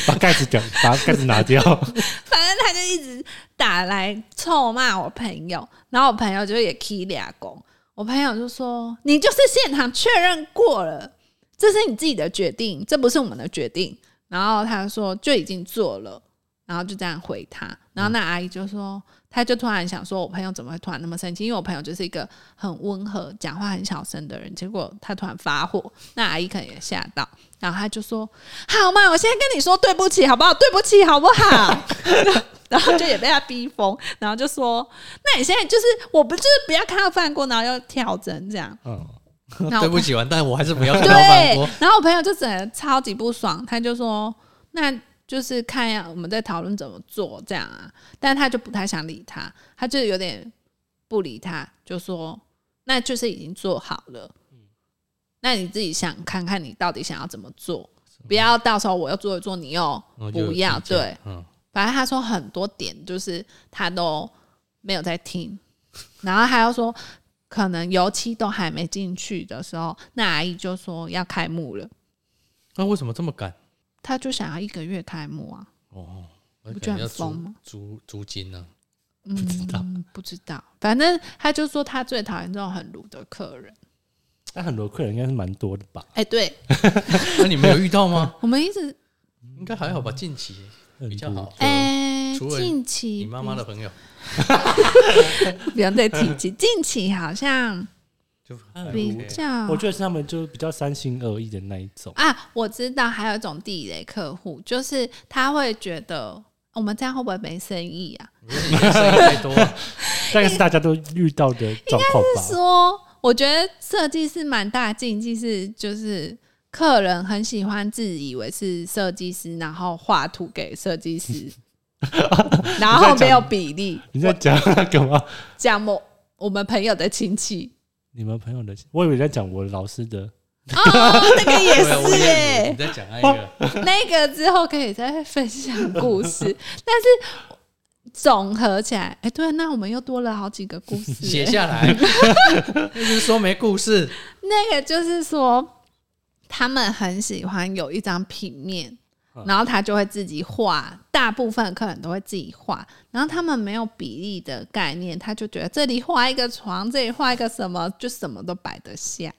Speaker 3: 把盖子掉，把盖子拿掉。
Speaker 1: 反正他就一直打来臭骂我朋友，然后我朋友就也 k 俩公，我朋友就说你就是现场确认过了，这是你自己的决定，这不是我们的决定。然后他说就已经做了，然后就这样回他。然后那阿姨就说，她就突然想说，我朋友怎么会突然那么生气？因为我朋友就是一个很温和、讲话很小声的人，结果他突然发火，那阿姨可能也吓到。然后他就说：“好嘛，我现在跟你说对不起，好不好？对不起，好不好？” 然后就也被他逼疯，然后就说：“那你现在就是我不就是不要看到饭锅，然后要跳针这样。
Speaker 3: 嗯，”
Speaker 1: 然后我
Speaker 2: 对不起，完蛋，我还是不要看到饭
Speaker 1: 对
Speaker 2: 锅。，
Speaker 1: 然后我朋友就整个超级不爽，他就说：“那就是看一下我们在讨论怎么做这样啊。”但他就不太想理他，他就有点不理他，就说：“那就是已经做好了，那你自己想看看你到底想要怎么做，不要到时候我又做一做，你又
Speaker 2: 我就有
Speaker 1: 不要。”
Speaker 2: 意见
Speaker 1: 对，，
Speaker 2: 嗯，
Speaker 1: 反正他说很多点就是他都没有在听，然后还要说可能油漆都还没进去的时候，那阿姨就说要开幕了，
Speaker 2: 那为什么这么赶？
Speaker 1: 他就想要一个月开幕啊，
Speaker 2: 哦，我
Speaker 1: 不觉得
Speaker 2: 要
Speaker 1: 很疯
Speaker 2: 租
Speaker 1: 吗
Speaker 2: 租租金呢？
Speaker 1: 嗯，
Speaker 2: 不知道
Speaker 1: 不知道，反正他就说他最讨厌这种很鲁的客人。
Speaker 3: 但很多客人应该是蛮多的吧？
Speaker 1: 哎、对
Speaker 2: 那你们有遇到吗？
Speaker 1: 我们一直
Speaker 2: 应该还好吧，近期比较好。
Speaker 1: 哎、
Speaker 2: 除了
Speaker 1: 近
Speaker 2: 你
Speaker 1: 期
Speaker 2: 妈妈的朋友
Speaker 1: 不要再提及，近期好像
Speaker 2: 就哎
Speaker 1: 比
Speaker 2: 还 OK
Speaker 1: 较
Speaker 3: 我觉得是他们就是比较三心二意的那一种。
Speaker 1: 啊，我知道还有一种地雷客户，就是他会觉得我们这样会不会没生意啊？
Speaker 2: 因为你的生意太多啊，
Speaker 3: 大概是大家都遇到的状况吧。
Speaker 1: 说，我觉得设计是蛮大禁忌，是就是客人很喜欢自以为是设计师，然后画图给设计师，然后没有比例，
Speaker 3: 你在讲那个吗？
Speaker 1: 讲我我们朋友的亲戚。
Speaker 3: 你们朋友的，我以为你在讲我老师的。
Speaker 1: 哦，那个 也
Speaker 2: 对啊，我
Speaker 1: 是哦哎、
Speaker 2: 也以为你在讲那个，
Speaker 1: 那个之后可以再分享故事， 但是总合起来，哎、对，那我们又多了好几个故事、
Speaker 2: 写
Speaker 1: 哎
Speaker 2: 下来， 那就是说没故事。
Speaker 1: 那个就是说，他们很喜欢有一张平面
Speaker 3: 嗯，
Speaker 1: 然后他就会自己画，大部分客人都会自己画，然后他们没有比例的概念，他就觉得这里画一个床，这里画一个什么，就什么都摆得下。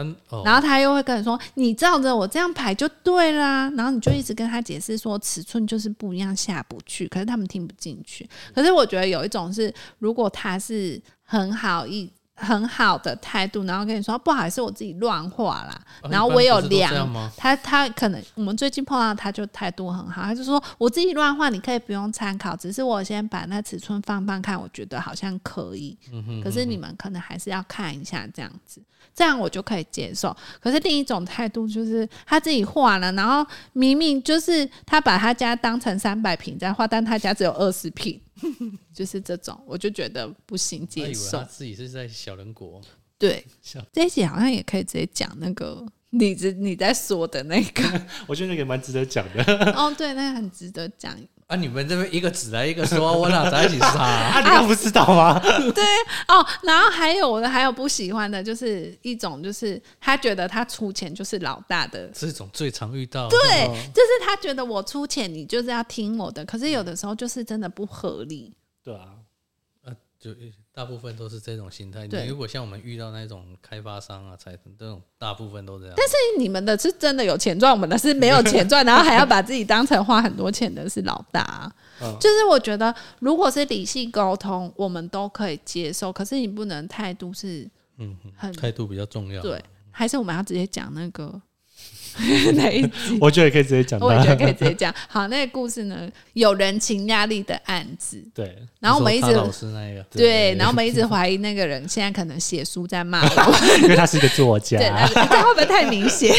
Speaker 2: 嗯，哦，
Speaker 1: 然后他又会跟你说：“你照着我这样排就对啦。”然后你就一直跟他解释说尺寸就是不一样，下不去。可是他们听不进去。可是我觉得有一种是，如果他是很好意、很好的态度，然后跟你说不好意思，我自己乱画啦。
Speaker 2: 啊
Speaker 1: 然后我有
Speaker 2: 一般不是都这样
Speaker 1: 量，
Speaker 2: 吗？
Speaker 1: 他他可能我们最近碰到他就态度很好，他就说我自己乱画，你可以不用参考，只是我先把那尺寸放放看，我觉得好像可以。
Speaker 2: 嗯哼
Speaker 1: 可是你们可能还是要看一下这样子，这样我就可以接受。可是另一种态度就是他自己画了，然后明明就是他把他家当成三百平在画，但他家只有二十平， 就是这种，我就觉得不行
Speaker 2: 他以
Speaker 1: 接
Speaker 2: 为他
Speaker 1: 受。
Speaker 2: 自己是在小人国，
Speaker 1: 对
Speaker 3: 笑，
Speaker 1: 这一集好像也可以直接讲那个你之你在说的那个，
Speaker 3: 我觉得那个也蛮值得讲的。
Speaker 1: 哦，对，那个很值得讲。
Speaker 2: 啊，你们这边一个指来一个说，我俩在一起杀？
Speaker 3: 啊，你又不知道吗？
Speaker 1: 哦，然后还有我的还有不喜欢的就是一种就是他觉得他出钱就是老大的
Speaker 2: 这种最常遇到。对，
Speaker 1: 对，就是他觉得我出钱，你就是要听我的。可是有的时候就是真的不合理。
Speaker 3: 对啊，
Speaker 2: 就大部分都是这种心态。
Speaker 1: 对
Speaker 2: 你如果像我们遇到那种开发商啊、财团这种，大部分都这样。
Speaker 1: 但是哎你们的是真的有钱赚，我们的是没有钱 赚，然后还要把自己当成花很多钱的是老大啊、
Speaker 3: 嗯
Speaker 1: 就是我觉得，如果是理性沟通，我们都可以接受。可是你不能态度是
Speaker 2: 嗯，嗯
Speaker 1: 很
Speaker 2: 态度比较重要。
Speaker 1: 对，，啊还是我们要直接讲那个 那一集？
Speaker 3: 我觉得也可以直接 讲
Speaker 1: 嗯我也觉得
Speaker 3: 的。
Speaker 1: 可以直接讲。好，那个故事呢，有人情压力的案子，
Speaker 3: 对，
Speaker 1: 然后我们一
Speaker 2: 你
Speaker 1: 直
Speaker 2: 说他老师那一个，
Speaker 1: 对，然后我们一直怀疑那个人现在可能写书在骂 我。
Speaker 3: 因为他是一个作家
Speaker 1: 对，，那这会不会太明 显？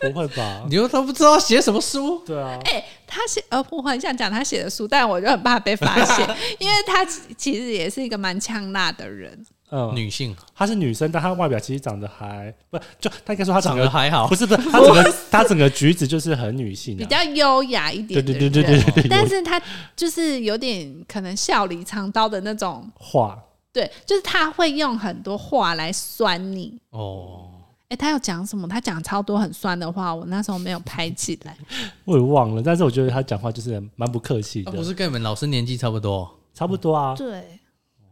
Speaker 3: 不会吧？
Speaker 2: 你又都不知道写什么书，
Speaker 3: 对啊，
Speaker 1: 哎、他写呃，我很想讲他 写的书，但我就很怕被发现，因为他其其实也是一个蛮呛辣的人。
Speaker 3: 嗯，
Speaker 2: 女性
Speaker 3: 她是女生，但她外表其实长得还不就，她应该说她整
Speaker 2: 长得
Speaker 3: 个
Speaker 2: 还好
Speaker 3: 不，是不是，她 整个她整个举止就是很女性、啊，
Speaker 1: 比较优雅一
Speaker 3: 对
Speaker 1: 点的
Speaker 3: 对
Speaker 1: 人，
Speaker 3: 对对对对对，
Speaker 1: 但
Speaker 3: 有
Speaker 1: 是他就是有点可能笑里藏刀的那种，
Speaker 3: 话
Speaker 1: 对，就是他会用很多话来酸你。
Speaker 2: 哦，
Speaker 1: 诶，他要讲什么？他讲超多很酸的话，我那时候没有拍起 来。
Speaker 3: 我也忘了，但是我觉得她讲话就是蛮不客气
Speaker 2: 他
Speaker 1: 哦
Speaker 3: 的，
Speaker 2: 不是跟你们老师年纪差不多，
Speaker 3: 差不多啊，
Speaker 1: 对，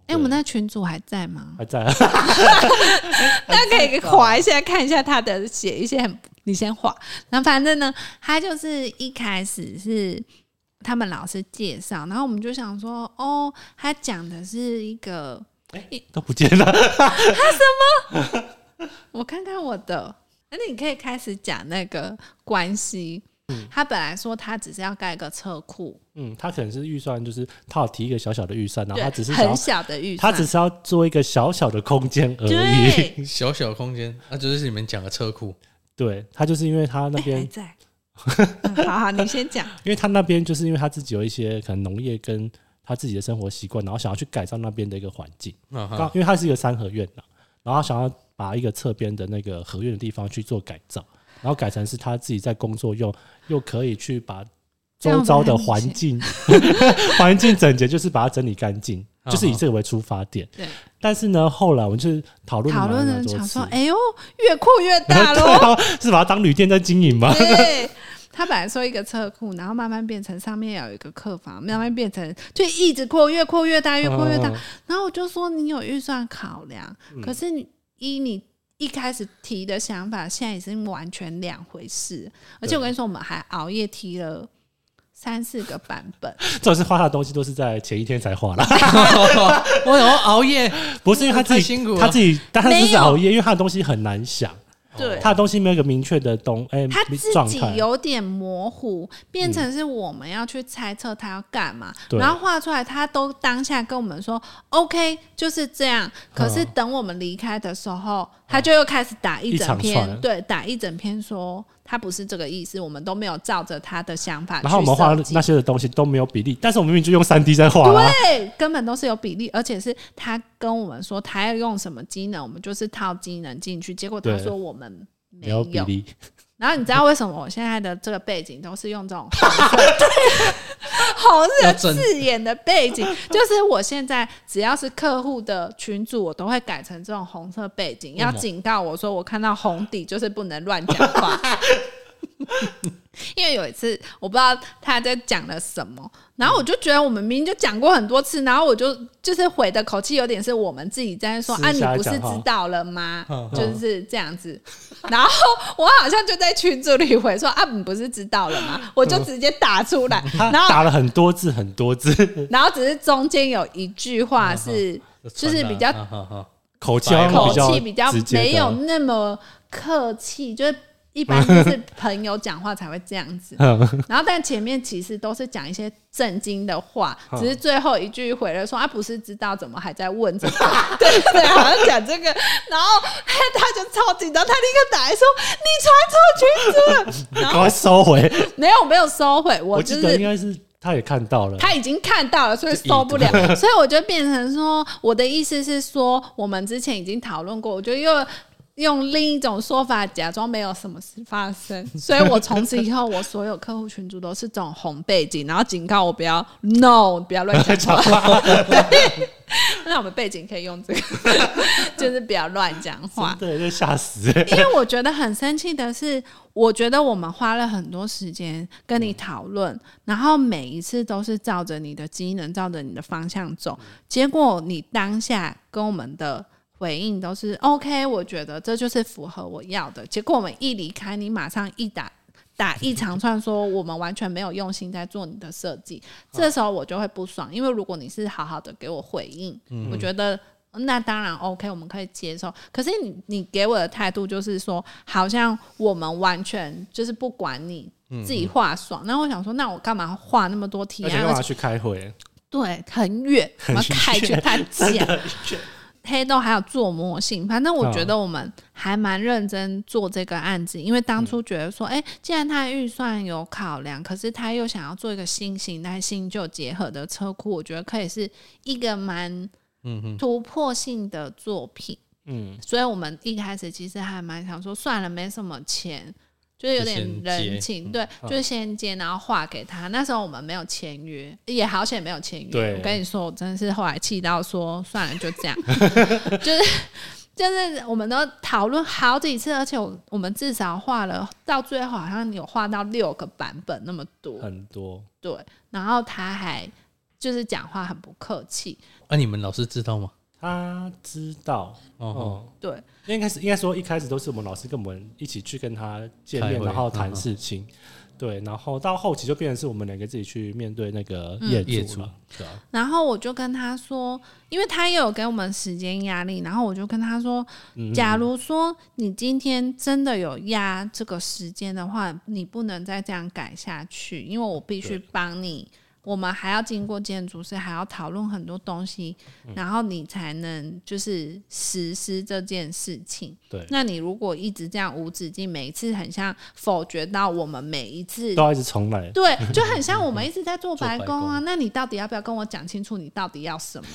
Speaker 1: 诶，我们那群主还在吗？
Speaker 3: 还在啊，
Speaker 1: 大家可以划一下，看一下他的写一些很，你先划。那反正呢，他就是一开始是他们老师介绍，然后我们就想说，哦，他讲的是一个，
Speaker 3: 都不见了，
Speaker 1: 我看看我的，那你可以开始讲那个关系。他本来说他只是要盖一个车库，
Speaker 3: 嗯，她可能是预算就是她有提一个小小的预算，然后
Speaker 1: 对，
Speaker 3: 她只是想
Speaker 1: 很
Speaker 3: 要
Speaker 1: 小的预
Speaker 3: 她
Speaker 1: 算，
Speaker 3: 只是要做一个小小的空间而已，
Speaker 1: 对，
Speaker 2: 小小空间，那、就是你们讲的车库，
Speaker 3: 对，她就是因为她那
Speaker 1: 哎
Speaker 3: 边
Speaker 1: 还在。嗯好好，你先讲。
Speaker 3: 因为他那边就是因为他自己有一些可能农业跟他自己的生活习惯，然后想要去改造那边的一个环境。
Speaker 2: 啊
Speaker 3: 刚、
Speaker 2: 哈，
Speaker 3: 因为它是一个三合院呐、然后他想要把一个侧边的那个合院的地方去做改造，然后改成是他自己在工作用，又可以去把周遭的环 境环境整洁，就是把它整理干净，
Speaker 2: 嗯
Speaker 3: 就是以这个为出发点。
Speaker 1: 对，
Speaker 3: 但是呢，后来我们就是讨论了
Speaker 1: 讨论
Speaker 3: 蛮
Speaker 1: 人
Speaker 3: 多
Speaker 1: 想
Speaker 3: 次
Speaker 1: 说，，哎呦，越扩越大
Speaker 3: 对
Speaker 1: 喽。
Speaker 3: 啊，是把它当旅店在经营 吗？
Speaker 1: 对，他本来说一个车库，然后慢慢变成上面有一个客房，慢慢变成就一直扩，越扩越大，越扩越大。
Speaker 3: 嗯
Speaker 1: 然后我就说你有预算考量，可是你依你一开始提的想法，现在已经完全两回事。而且我跟你说，我们还熬夜提了。三四个版本，
Speaker 3: 这种是画他的东西都是在前一天才画啦。
Speaker 2: 我有熬夜，
Speaker 3: 不是因为他自己
Speaker 2: 太辛苦了
Speaker 3: 他自己，但他
Speaker 1: 没有
Speaker 3: 就是熬夜，因为他的东西很难想，
Speaker 1: 对
Speaker 3: 他的东西没有一个明确的东哎
Speaker 1: 他自
Speaker 3: 状
Speaker 1: 己
Speaker 3: 态。嗯
Speaker 1: 有点模糊，变成是我们要去猜测他要干嘛，
Speaker 3: 对
Speaker 1: 然后画出来，他都当下跟我们说 OK 就是这样。可是等我们离开的时候，他就又开始打一整
Speaker 3: 嗯一长
Speaker 1: 篇，
Speaker 3: 串
Speaker 1: 对，打一整篇说他不是这个意思，我们都没有照着他的想法去
Speaker 3: 然后我们画啊
Speaker 1: 设计
Speaker 3: 那些的东西都没有比例，但是我们明明就用三 D 在画啦。
Speaker 1: 对，根本都是有比例，而且是他跟我们说他要用什么机能，我们就是套机能进去，结果他
Speaker 3: 对
Speaker 1: 说我们没
Speaker 3: 没有比例，
Speaker 1: 然后你知道为什么我现在的这个背景都是用 这种红色红色刺眼的背景？就是我现在只要是客户的群组，我都会改成这种红色背景，要警告我说我看到红底就是不能乱讲话。 因为有一次我不知道他在讲了什么，然后我就觉得我们明明就讲过很多次，然后我就就是回的口气有点是我们自己在说
Speaker 3: 私
Speaker 1: 啊，你
Speaker 3: 下
Speaker 1: 不是
Speaker 3: 讲话
Speaker 1: 知道了吗
Speaker 2: 嗯？
Speaker 1: 就
Speaker 3: 嗯
Speaker 1: 是这样子。然后我好像就在群组里回说啊，你不是知道了吗？我就直接打出来，
Speaker 3: 嗯他
Speaker 1: 然后
Speaker 3: 打了很多字，很多字，
Speaker 1: 然后只是中间有一句话是就是比较
Speaker 2: 啊哈哈
Speaker 3: 口气好像
Speaker 1: 口
Speaker 3: 比较
Speaker 1: 气比较
Speaker 3: 直接的
Speaker 1: 没有那么客气，就是一般就是朋友讲话才会这样 子。
Speaker 3: 嗯
Speaker 1: 然后但前面其实都是讲一些震惊的话，
Speaker 3: 嗯
Speaker 1: 只是最后一句回了说啊不是知道怎么还在问这个， 对对，好像讲这个，然后他就超紧张，他立刻打来说你传错群主了，然
Speaker 3: 赶
Speaker 1: 后
Speaker 3: 快收回。
Speaker 1: 没有没有收回，我
Speaker 3: 我
Speaker 1: 就
Speaker 3: 记得应
Speaker 1: 是。
Speaker 3: 该是他也看到了，
Speaker 1: 他已经看到了，所以受不了， 所以我就变成说，我的意思是说，我们之前已经讨论过，我就又用另一种说法假装没有什么事发生，所以我从此以后，我所有客户群组都是这种红背景，然后警告我不要 no，不要 乱讲话。对那我们背景可以用这个， 就是不要乱讲话。
Speaker 3: 真的就吓 死。
Speaker 1: 因为我觉得很生气的是，我觉得我们花了很多时间跟你讨论，然后每一次都是照着你的机能、照着你的方向走，结果你当下跟我们的回应都是 OK，我觉得这就是符合我要的。结果我们一离开，你马上一打。打一长串说我们完全没有用心在做你的设计，
Speaker 3: 嗯
Speaker 1: 这时候我就会不爽，因为如果你是好好的给我回应，
Speaker 3: 嗯
Speaker 1: 我觉得那当然 OK，我们可以接受。可是你你给我的态度就是说，好像我们完全就是不管你自己画爽。那我想说，那我干嘛画那么多提
Speaker 3: 嗯而且
Speaker 1: 案？
Speaker 3: 干
Speaker 1: 而
Speaker 3: 嘛
Speaker 1: 且
Speaker 3: 去开会？
Speaker 1: 对，很远，我们开去他家。黑豆还有做模型，反正我觉得我们还蛮认真做这个案子，因为当初觉得说，哎、既然他预算有考量，可是他又想要做一个新型态新旧结合的车库，我觉得可以是一个蛮
Speaker 2: 嗯嗯，
Speaker 1: 突破性的作品。
Speaker 3: 嗯，
Speaker 1: 所以我们一开始其实还蛮想说，算了，没什么钱，就是有点人
Speaker 3: 嗯
Speaker 1: 情，对，就先接，然后画给他。那时候我们没有签约，也好险没有签约。
Speaker 3: 对
Speaker 1: 我跟你说，我真的是后来气到说，算了，就这 样，就是。就是我们都讨论好几次，而且我我们至少画了到最后好像有画到六个版本那么多，
Speaker 3: 很多
Speaker 1: 对。然后他还就是讲话很不客气，
Speaker 2: 啊，你们老师知道吗？
Speaker 3: 他知道，
Speaker 2: 哦，
Speaker 3: 嗯，
Speaker 1: 对，
Speaker 3: 应该是应该说一开始都是我们老师跟我们一起去跟他见面
Speaker 2: 开，会
Speaker 3: 然后
Speaker 2: 嗯
Speaker 3: 谈
Speaker 2: 嗯
Speaker 3: 事情，对，然后到后期就变成是我们两个自己去面对那个
Speaker 1: 嗯
Speaker 3: 业
Speaker 2: 业
Speaker 3: 主
Speaker 2: 主
Speaker 3: 了，对啊，
Speaker 1: 然后我就跟他说，因为他也有给我们时间压力，然后我就跟他说，
Speaker 3: 嗯
Speaker 1: 假如说你今天真的有压这个时间的话，你不能再这样改下去，因为我必须
Speaker 3: 对
Speaker 1: 帮你。我们还要经过建筑师，还要讨论很多东西，
Speaker 3: 嗯
Speaker 1: 然后你才能就是实施这件事情。
Speaker 3: 对，
Speaker 1: 那你如果一直这样无止境，每一次很像否决到我们每一次
Speaker 3: 都要一直重来，
Speaker 1: 对，就很像我们一直在做
Speaker 2: 做
Speaker 1: 白
Speaker 2: 白
Speaker 1: 工啊。
Speaker 2: 工
Speaker 1: 那你到底要不要跟我讲清楚，你到底要什么？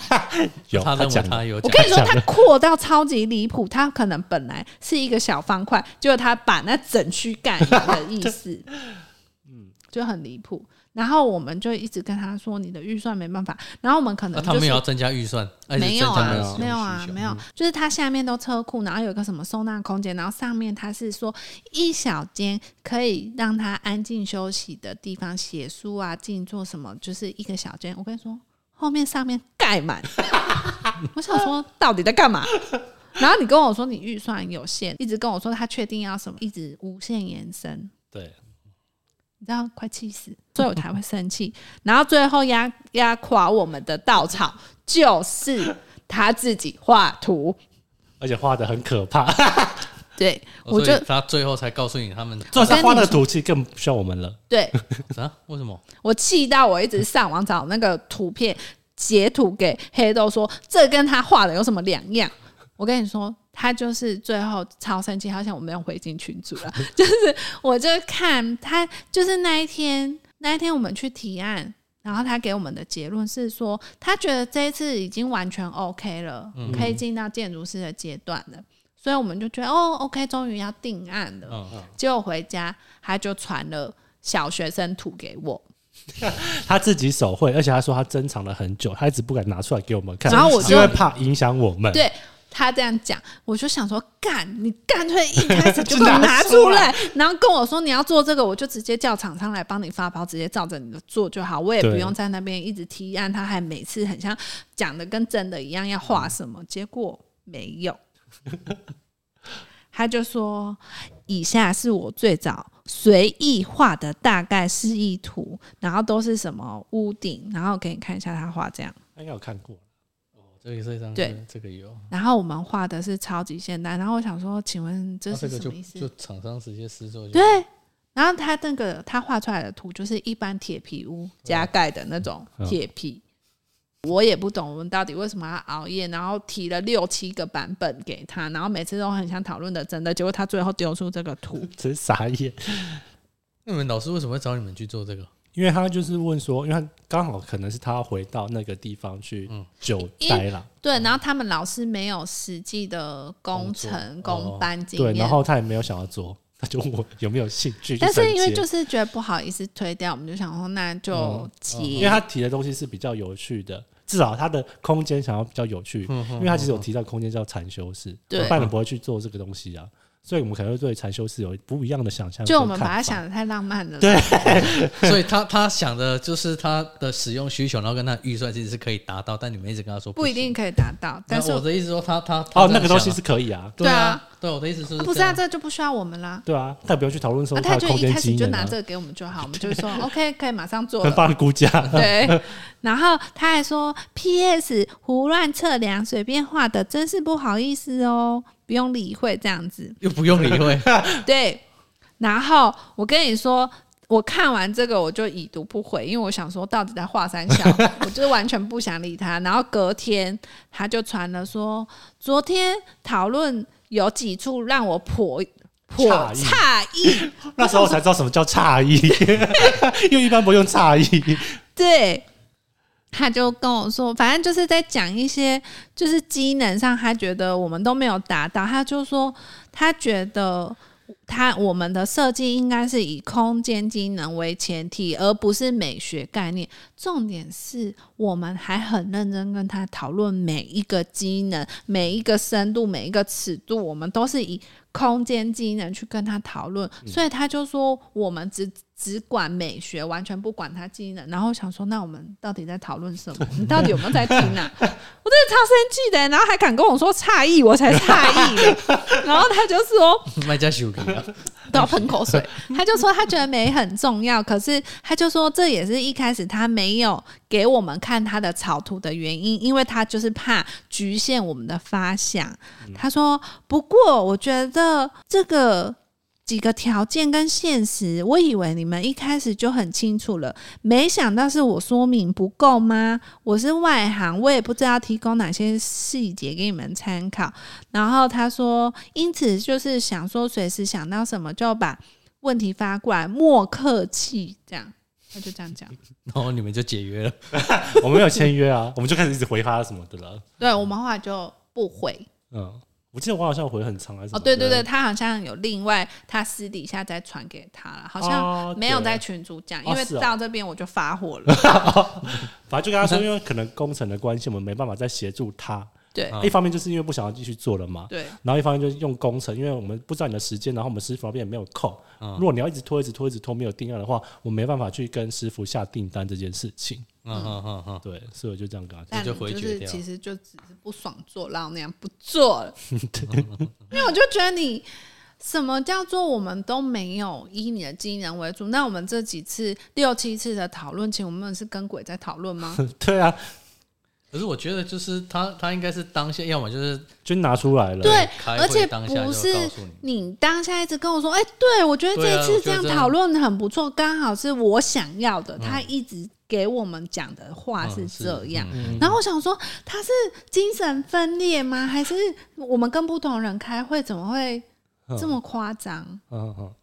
Speaker 3: 有
Speaker 2: 他认为
Speaker 3: 讲
Speaker 2: 他
Speaker 3: 了
Speaker 2: 有
Speaker 1: 我
Speaker 2: 讲，
Speaker 1: 跟你说，
Speaker 3: 讲
Speaker 1: 他扩到超级离谱，他可能本来是一个小方块，结果他把那整区盖一样的 意思，嗯，就很离谱。然后我们就一直跟他说，你的预算没办法。然后我们可
Speaker 2: 那
Speaker 1: 能
Speaker 2: 啊
Speaker 1: 就
Speaker 2: 他们
Speaker 1: 是
Speaker 2: 也要增加预算，而且
Speaker 1: 没有
Speaker 2: 增加
Speaker 3: 他们
Speaker 1: 啊
Speaker 3: 的，
Speaker 1: 没有啊，没
Speaker 2: 有。
Speaker 1: 有，就是它下面都车库，然后有一个什么收纳空间，然后上面它是说一小间可以让他安静休息的地方，写书啊、静坐什么，就是一个小间。我跟你说，后面上面盖满，我想说到底在干嘛？然后你跟我说你预算有限，一直跟我说他确定要什么，一直无限延伸，
Speaker 3: 对，
Speaker 1: 你知道快气死，所以我才会生气。然后最后压压垮我们的稻草就是他自己画图，
Speaker 3: 而且画的很可 怕，
Speaker 1: 对我
Speaker 2: 我
Speaker 1: 就
Speaker 2: 就哦他最后才告诉你他们
Speaker 3: 主要是
Speaker 1: 我跟
Speaker 3: 他画
Speaker 1: 你
Speaker 3: 的
Speaker 1: 说
Speaker 3: 图其实更不需要我们了，
Speaker 1: 对
Speaker 2: 啊？为什么？
Speaker 1: 我气到我一直上网找那个图片截图给黑豆说，这跟他画的有什么两样？我跟你说，他就是最后超生气，好像我没有回进群组了。 就是我就看他，就是那一天，那一天我们去提案，然后他给我们的结论是说，他觉得这一次已经完全 OK 了，可以进到建筑师的阶段了。所以我们就觉得哦，OK，终于要定案了。
Speaker 2: 嗯，
Speaker 1: 结果回家，他就传了小学生图给我，
Speaker 3: 他自己手绘，而且他说他珍藏了很久，他一直不敢拿出来给我们看，
Speaker 1: 然后我
Speaker 3: 是
Speaker 1: 就
Speaker 3: 因为怕影响我们，
Speaker 1: 对他这样讲，我就想说，干，你干脆一开始 就
Speaker 3: 就
Speaker 1: 给我
Speaker 3: 拿
Speaker 1: 拿
Speaker 3: 出
Speaker 1: 出
Speaker 3: 来
Speaker 1: 来，然后跟我说你要做这个，我就直接叫厂商来帮你发包，直接照着你的做就好，我也不
Speaker 3: 对
Speaker 1: 用在那边一直提案，他还每次很像讲的跟真的一样要画什
Speaker 3: 嗯
Speaker 1: 么，结果没有。 他就说：“以下是我最早随意画的大概示意图，然后都是什么屋顶，然后给你看一下他画这样。”
Speaker 3: 他应该有看过，
Speaker 2: 这个这张
Speaker 1: 对，
Speaker 2: 这个有，
Speaker 1: 然后我们画的是超级现代，然后我想说，请问啊这
Speaker 3: 啊
Speaker 2: 那
Speaker 1: 是
Speaker 2: 这
Speaker 1: 什
Speaker 2: 个就
Speaker 1: 么意思？
Speaker 2: 就厂商直接试做就，
Speaker 1: 对，然后他那个他画出来的图就是一般铁皮屋加盖的那种
Speaker 3: 嗯
Speaker 1: 铁皮，我也不懂我们到底为什么要熬夜，然后提了六七个版本给他，然后每次都很想讨论的真的，结果他最后丢出这个 图，
Speaker 3: 真傻眼。
Speaker 2: 那你们老师为什么会找你们去做 这个？
Speaker 3: 因为他就是问说，因为他刚好可能是他回到那个地方去
Speaker 2: 嗯
Speaker 3: 久待啦，
Speaker 1: 对，然后他们老师没有实际的工程
Speaker 2: 工作
Speaker 1: 工班经
Speaker 3: 哦对，
Speaker 1: 验
Speaker 3: 然。后他也没有想要做，他就问我有没有兴趣去啊承
Speaker 1: 但
Speaker 3: 接。
Speaker 1: 是因为就是觉得不好意思推掉，我们就想说那就
Speaker 3: 嗯
Speaker 1: 接。
Speaker 3: 因为他提的东西是比较有趣的，至少他的空间想要比较有趣，因为他其实有提到空间叫禅修室，
Speaker 1: 对
Speaker 3: 我半人不会去做这个东西啊，所以我们可能会对禅修室有不一样的想象跟看法。哦
Speaker 1: 就我们把它想的太浪漫了，
Speaker 3: 对
Speaker 2: 所以他他想的就是他的使用需求，然后跟他预算其实是可以达到，但你们一直跟他说
Speaker 1: 不一
Speaker 2: 行
Speaker 1: 定。可以达到，但
Speaker 2: 但
Speaker 1: 是
Speaker 2: 我的意思说他，他他
Speaker 3: 哦，
Speaker 2: 这样
Speaker 3: 那个东西
Speaker 2: 想
Speaker 3: 是可以啊，
Speaker 2: 对
Speaker 1: 啊，
Speaker 2: 对我的意思是
Speaker 1: 啊不是啊，
Speaker 2: 这样
Speaker 1: 这就不需要我们啦。
Speaker 3: 对啊，但不用去讨论说
Speaker 1: 啊，他
Speaker 3: 的
Speaker 1: 就
Speaker 3: 空
Speaker 1: 一
Speaker 3: 间
Speaker 1: 开始
Speaker 3: 机
Speaker 1: 就
Speaker 3: 能
Speaker 1: 拿
Speaker 3: 啊
Speaker 1: 这，个给我们就好，我们就说 OK，可以马上做
Speaker 3: 跟
Speaker 1: 了。
Speaker 3: 帮人估价。
Speaker 1: 对， 然后他还说 PS 胡乱测量、随便画的，真是不好意思哦，不用理会这样子。
Speaker 2: 又不用理会，
Speaker 1: 对，然后我跟你说。我看完这个，我就已读不回，因为我想说到底在画三小， 我就是完全不想理他。然后隔天他就传了说，昨天讨论有几处让我颇颇
Speaker 3: 诧异
Speaker 1: 诧异，
Speaker 3: 那时候我 才知道什么叫诧异，因为一般不用诧异。
Speaker 1: 对。他就跟我说，反正就是在讲一些就是机能上，他觉得我们都没有达到。他就说，他觉得他我们的设计应该是以空间机能为前提，而不是美学概念。重点是我们还很认真跟他讨论每一个机能、每一个深度、每一个尺度，我们都是以空间机能去跟他讨论。所以他就说，我们只只管美学，完全不管他机能。然后我想说，那我们到底在讨论什么？你到底有没有在听啊？我真的超生气的、然后还敢跟我说诧异，我才诧异嘞。然后他就说。
Speaker 2: 卖家修啊，
Speaker 1: 都要喷口水。他就说他觉得美很重要，可是他就说这也是一开始他没有给我们看他的草图的原因，因为他就是怕局限我们的发想。他说，不过我觉得这个。几个条件跟现实，我以为你们一开始就很清楚了，没想到是我说明不够吗？我是外行，我也不知道提供哪些细节给你们参考。然后他说，因此就是想说，随时想到什么就把问题发过来，莫客气，这样他就这样讲。
Speaker 2: 然后你们就解约了。
Speaker 3: 我们没有签约啊，我们就开始一直回他什么的了。
Speaker 1: 对我们后来就不回。
Speaker 3: 嗯，我记得我好像回很长还是什
Speaker 1: 哦，
Speaker 3: 么
Speaker 1: 对对
Speaker 3: 的
Speaker 1: 对，，他好像有另外，他私底下再传给他了，好
Speaker 3: 哦
Speaker 1: 像没有
Speaker 3: 对
Speaker 1: 在群主讲，因
Speaker 3: 哦
Speaker 1: 为
Speaker 3: 是哦
Speaker 1: 到这边我就发火 了。
Speaker 3: 反正就跟他说，因为可能工程的关系，我们没办法再协助他。
Speaker 1: 对
Speaker 2: 啊
Speaker 3: 一方面就是因为不想要继续做了嘛，
Speaker 1: 对，
Speaker 3: 然后一方面就是用工程，因为我们不知道你的时间，然后我们师傅那边也没有空。
Speaker 2: 嗯
Speaker 3: 如果你要一直拖、一直拖、一直拖，没有定案的话，我没办法去跟师傅下订单这件事情。
Speaker 2: 嗯嗯嗯嗯，
Speaker 3: 对，所以我就这样跟他讲。
Speaker 1: 但
Speaker 2: 就
Speaker 1: 你
Speaker 2: 回
Speaker 1: 就
Speaker 2: 绝
Speaker 1: 是
Speaker 2: 掉
Speaker 1: 其实就只是不爽做，然后那样不做 了。因为我就觉得你什么叫做我们都没有以你的经人为主？那我们这几次六七次的讨论，请我们是跟鬼在讨论 吗？
Speaker 3: 对啊，
Speaker 2: 可是我觉得就是他他应该是当下，要么就是
Speaker 3: 就拿出来了。
Speaker 1: 对，啊
Speaker 2: 开
Speaker 1: 而且
Speaker 2: 会当下
Speaker 1: 不
Speaker 2: 就是告诉你。
Speaker 1: 你当下一直跟我说，哎、对我觉得
Speaker 2: 对
Speaker 1: 这
Speaker 2: 啊
Speaker 1: 次
Speaker 2: 我
Speaker 1: 这
Speaker 2: 觉得
Speaker 1: 样
Speaker 2: 这样
Speaker 1: 讨论很不错，刚好是我想要的。他一直给我们讲的话是
Speaker 2: 嗯
Speaker 1: 这样。
Speaker 2: 嗯
Speaker 1: 然后我想说，他是精神分裂吗？还是我们跟不同人开会，怎么会
Speaker 3: 嗯
Speaker 1: 这么夸张？
Speaker 3: 嗯嗯，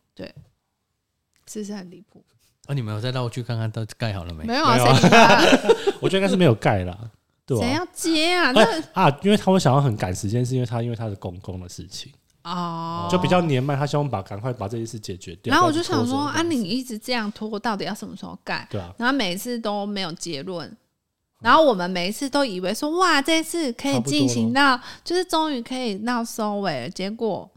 Speaker 1: 是不是很离谱？
Speaker 2: 啊，你们有再绕去看看到底盖好了没？
Speaker 1: 没有啊，
Speaker 3: 没有啊
Speaker 1: 谁理他？
Speaker 3: 嗯我觉得 应该是没有盖啦，对
Speaker 1: 谁
Speaker 3: 啊。
Speaker 1: 要接 啊？
Speaker 3: 哎
Speaker 1: 那
Speaker 3: 啊，因为他会想要很赶时间，是因为他因为他的公公的事情，
Speaker 1: 哦，
Speaker 3: 就比较年迈，他希望把赶快把这件事解决掉。
Speaker 1: 然后我
Speaker 3: 不
Speaker 1: 就
Speaker 3: 然
Speaker 1: 想
Speaker 3: 拖
Speaker 1: 说，
Speaker 3: 着
Speaker 1: 啊，你一直这样拖，到底要什么时候盖？
Speaker 3: 对啊，
Speaker 1: 然后每次都没有结论。然后我们每一次都以为说，哇，这次可以进行到，就是终于可以到收尾了，结果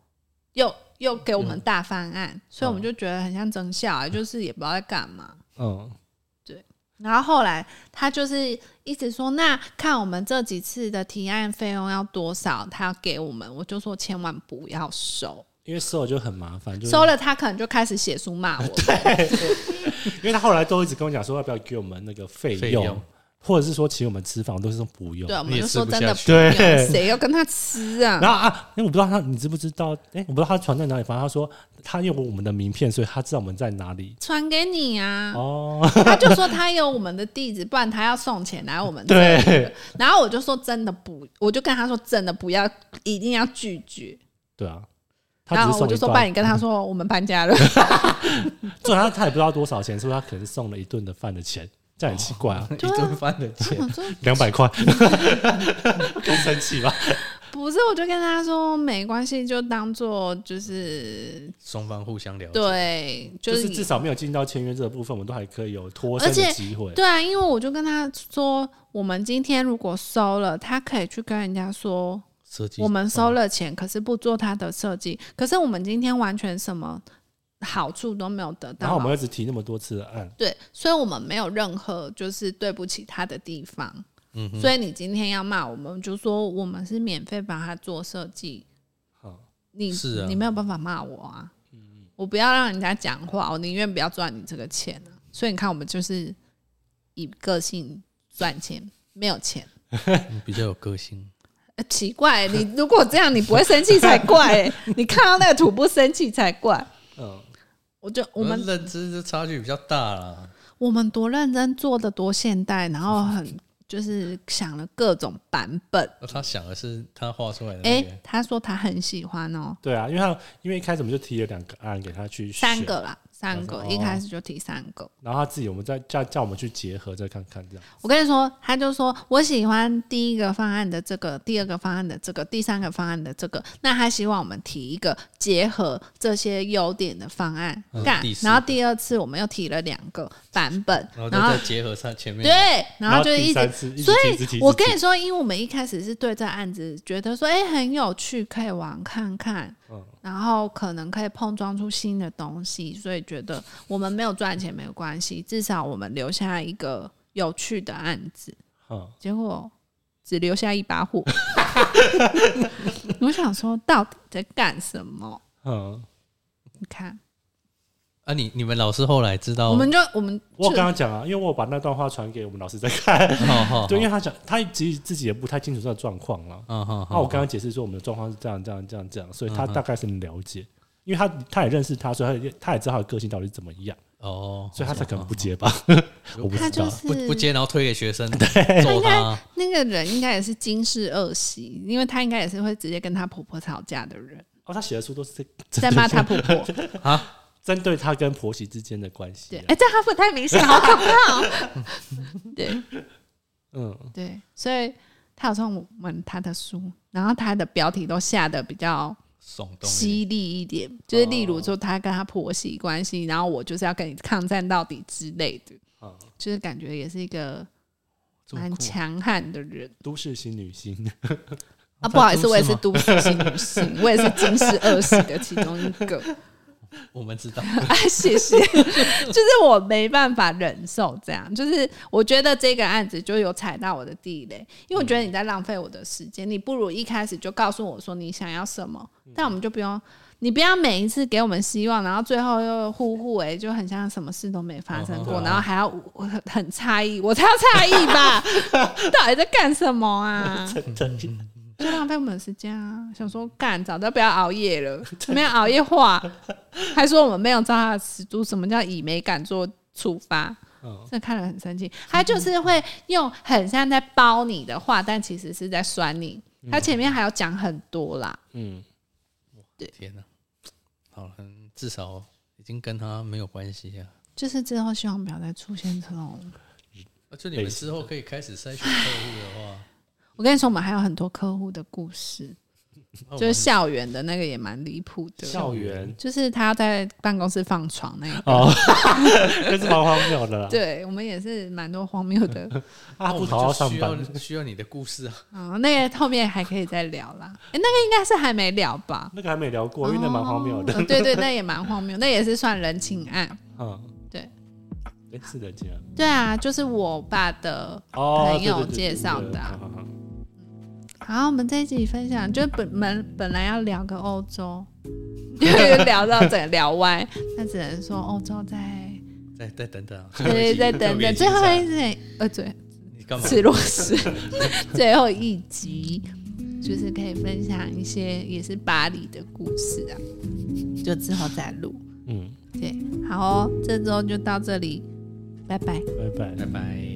Speaker 1: 又又给我
Speaker 3: 嗯
Speaker 1: 们大翻案，所以我们就觉得很像真相，就是也不知道在干嘛。
Speaker 3: 嗯，
Speaker 1: 然后后来他就是一直说，那看我们这几次的提案费用要多少，他要给我们，我就说千万不要收，
Speaker 3: 因为收了就很麻烦，就是
Speaker 1: 收了他可能就开始写书骂 我。
Speaker 3: 因为他后来都一直跟我讲说要不要给我们那个费
Speaker 2: 费
Speaker 3: 用
Speaker 2: 用，
Speaker 3: 或者是说请我们吃饭，我都是说不用
Speaker 1: 对，。我啊们
Speaker 2: 也
Speaker 1: 就
Speaker 2: 吃
Speaker 1: 说
Speaker 2: 不
Speaker 1: 真
Speaker 2: 下
Speaker 1: 的
Speaker 2: 去
Speaker 1: 不用，
Speaker 3: 对
Speaker 1: 谁要跟他吃啊？
Speaker 3: 然后啊，因为我不知道他，你知不知道？哎、我不知道他传在哪里，反正他说他有我们的名片，所以他知道我们在哪里。
Speaker 1: 传给你啊！
Speaker 3: 哦，
Speaker 1: 他就说他有我们的地址，不然他要送钱来我们这。
Speaker 3: 对，
Speaker 1: 然后我就说真的不，我就跟他说真的不要，一定要拒绝。
Speaker 3: 对啊，他
Speaker 1: 然
Speaker 3: 只
Speaker 1: 后
Speaker 3: 是
Speaker 1: 我
Speaker 3: 送
Speaker 1: 就
Speaker 3: 一
Speaker 1: 说，爸，
Speaker 3: 段，嗯
Speaker 1: 你跟他说我们搬家了。
Speaker 3: 最后他他也不知道多少钱，所以他可能送了一顿的饭的钱，这样很奇怪啊，
Speaker 2: 一顿饭的钱，
Speaker 1: 我说
Speaker 3: 两百 块，不生 气吧？
Speaker 1: 不是，我就跟他说没关系，就当做就是
Speaker 2: 双方互相了解。
Speaker 1: 对，
Speaker 3: 就是是
Speaker 1: 你
Speaker 3: 至少没有进到签约这个部分，我们都还可以有脱身
Speaker 1: 而且
Speaker 3: 的机会。
Speaker 1: 对啊，因为我就跟他说，我们今天如果收了，他可以去跟人家说
Speaker 2: 设计
Speaker 1: 我们
Speaker 3: 嗯
Speaker 1: 收了钱，可是不做他的设计，可是我们今天完全什么好处都没有得到。
Speaker 3: 然后我们一直提那么多次的嗯案，
Speaker 1: 对，所以我们没有任何就是对不起他的地方。
Speaker 2: 嗯哼
Speaker 1: 所以你今天要骂我们，就说我们是免费帮他做设计，
Speaker 3: 好
Speaker 1: 你
Speaker 2: 是啊
Speaker 1: 你没有办法骂我啊。我不要让人家讲话，我宁愿不要赚你这个钱啊。所以你看，我们就是以个性赚钱，没有钱。
Speaker 2: 你比较有个性。
Speaker 1: 呃奇怪、你如果这样，你不会生气才怪、欸。你看到那个图不生气才怪。
Speaker 3: 嗯，
Speaker 1: 我就我们
Speaker 2: 认知的差距比较大啦。
Speaker 1: 我们多认真做的多现代，然后很就是想了各种版本。
Speaker 2: 哦他想的是他画出来的
Speaker 1: 哎、
Speaker 2: 那个，
Speaker 1: 他说他很喜欢哦，
Speaker 3: 对啊，因为他因为一开始我们就提了两个案给他去选
Speaker 1: 三个啦，三个
Speaker 3: 哦，
Speaker 1: 一开始就提三个。
Speaker 3: 然后他自己，我们再叫叫我们去结合再看看这样。
Speaker 1: 我跟你说，他就说我喜欢第一个方案的这个，第二个方案的这个，第三个方案的这个。那他希望我们提一个结合这些优点的方案
Speaker 2: 嗯
Speaker 1: 干
Speaker 2: 第。四
Speaker 1: 然后第二次我们又提了两个版本
Speaker 2: 然后，
Speaker 1: 然
Speaker 2: 再
Speaker 1: 后
Speaker 2: 再结合上前面的
Speaker 1: 对，然后就
Speaker 3: 第
Speaker 1: 一直
Speaker 3: 三次一直
Speaker 1: 所
Speaker 3: 提一直提
Speaker 1: 以，我跟
Speaker 3: 一直
Speaker 1: 你说，因为我们一开始是对这案子觉得说，哎、很有趣，可以玩看看，
Speaker 3: 嗯
Speaker 1: 然后可能可以碰撞出新的东西，所以觉得我们没有赚钱没有关系，至少我们留下一个有趣的案子。
Speaker 3: 提嗯，
Speaker 1: 结果只留下一把火， 我想说，到底在干什么？
Speaker 3: 嗯，
Speaker 1: 你看，
Speaker 2: 啊，你你们老师后来知道，
Speaker 1: 我们就我们
Speaker 3: 哦我
Speaker 1: 就
Speaker 3: 刚刚讲啊，因为我把那段话传给我们老师在看，
Speaker 2: 好好，
Speaker 3: 对，因
Speaker 2: 呀，
Speaker 3: 为他讲他其实自己也不太清楚这个状况了。
Speaker 2: 嗯好
Speaker 3: 那
Speaker 2: 好，
Speaker 3: 我刚刚解释说我们的状况是这样这样这样这样，所以他
Speaker 2: 嗯嗯
Speaker 3: 大概是能了解，因为他他也认识他，所以他也他也知道他的个性到底是怎么样，
Speaker 2: 哦，
Speaker 3: 所以他才可能不接吧。
Speaker 2: 嗯
Speaker 3: 我不
Speaker 1: 他
Speaker 3: 知
Speaker 1: 就
Speaker 3: 道，
Speaker 1: 是
Speaker 2: 不不接，然后推给学生，
Speaker 1: 他
Speaker 2: 揍
Speaker 1: 应
Speaker 2: 他
Speaker 1: 该。那个人应该也是惊世恶习，因为他应该也是会直接跟他婆婆吵架的人，
Speaker 3: 哦，他写的书都是在
Speaker 1: 在骂他婆 婆。
Speaker 3: 针对他跟婆媳之间的关系
Speaker 1: 对，
Speaker 3: 啊。
Speaker 1: 哎、这样他不太明显，好可怕、哦。对
Speaker 3: 嗯，
Speaker 1: 对，所以他有送我们他的书，然后他的标题都下的比较
Speaker 2: 耸动一点，
Speaker 1: 犀利一点，就是例如说他跟他婆媳关系，然后我就是要跟你抗战到底之类的，
Speaker 3: 好，
Speaker 1: 就是感觉也是一个
Speaker 2: 哦这么
Speaker 1: 蛮
Speaker 2: 酷
Speaker 1: 强悍的人。
Speaker 3: 都市新女星，
Speaker 1: 啊，不好意思，
Speaker 2: 都市
Speaker 1: 我也是
Speaker 2: 吗
Speaker 1: 都市型女性，我也是金氏二喜的其中一个。
Speaker 2: 我 们知道，
Speaker 1: 哎，谢谢。就是我没办法忍受这样，就是我觉得这个案子就有踩到我的地雷，因为我觉得你在浪费我的时间，你不如一开始就告诉我说你想要什么，但我们就不用。你不要每一次给我们希望，然后最后又呼呼哎、就很像什么事都没发生过，
Speaker 2: 嗯
Speaker 1: 然后还要我很很诧异，我才要诧异吧， 到底在干什么啊？就浪费我们的时间啊！想说干，早知道不要熬夜了，没有熬夜画， 还说我们没有照他的尺度，什么叫以美感做处罚？
Speaker 3: 嗯，
Speaker 1: 这看了很生气。他就是会用很像在包你的话，但其实是在酸你。他前面还要讲很多啦，
Speaker 3: 嗯，
Speaker 2: 天哪、好了，嗯至少已经跟他没有关系啊。
Speaker 1: 就是之后希望不要再出现这种。
Speaker 2: 啊就你们之后可以开始筛选客户的话，
Speaker 1: 我跟你说，我们还有很多客户的故事，
Speaker 2: 那我
Speaker 1: 就是
Speaker 2: 们
Speaker 1: 校园的那个也蛮离谱的，
Speaker 3: 哦校园
Speaker 1: 就是他在办公室放床那个。
Speaker 3: 哦， 这是蛮荒谬的啦。
Speaker 1: 对我们也不是蛮多荒谬的
Speaker 2: 那
Speaker 3: 啊，
Speaker 2: 我
Speaker 3: 不
Speaker 2: 们
Speaker 3: 好好
Speaker 2: 就
Speaker 3: 上
Speaker 2: 需
Speaker 3: 班，
Speaker 2: 要需要你的故事啊。
Speaker 1: 哦，那个后面还可以再聊啦。哎、那个应该是还没聊吧？
Speaker 3: 那个还没聊过，因为那蛮荒谬的。
Speaker 1: 哦对对，那也蛮荒谬，那也是算人情案。
Speaker 3: 嗯，
Speaker 1: 哦 对
Speaker 3: 哎，是人家
Speaker 1: 对啊，就是我爸的。
Speaker 3: 哦，
Speaker 1: 朋友介绍的啊
Speaker 3: 好好好
Speaker 1: 好，我们这一集分享，就本本本来要聊个欧洲， 因为聊到整个聊歪，那只能说欧洲在
Speaker 2: 再再等等啊，
Speaker 1: 对再
Speaker 2: 特
Speaker 1: 等
Speaker 2: 别
Speaker 1: 等，
Speaker 2: 精
Speaker 1: 最后
Speaker 2: 彩
Speaker 1: 一集呃对，
Speaker 2: 你干嘛？
Speaker 1: 赤裸是 最后一集，就是可以分享一些也是巴黎的故事啊，就之后再录。
Speaker 3: 嗯，
Speaker 1: 对，好哦，这周就到这里，拜拜。
Speaker 3: 拜拜。
Speaker 2: 拜拜。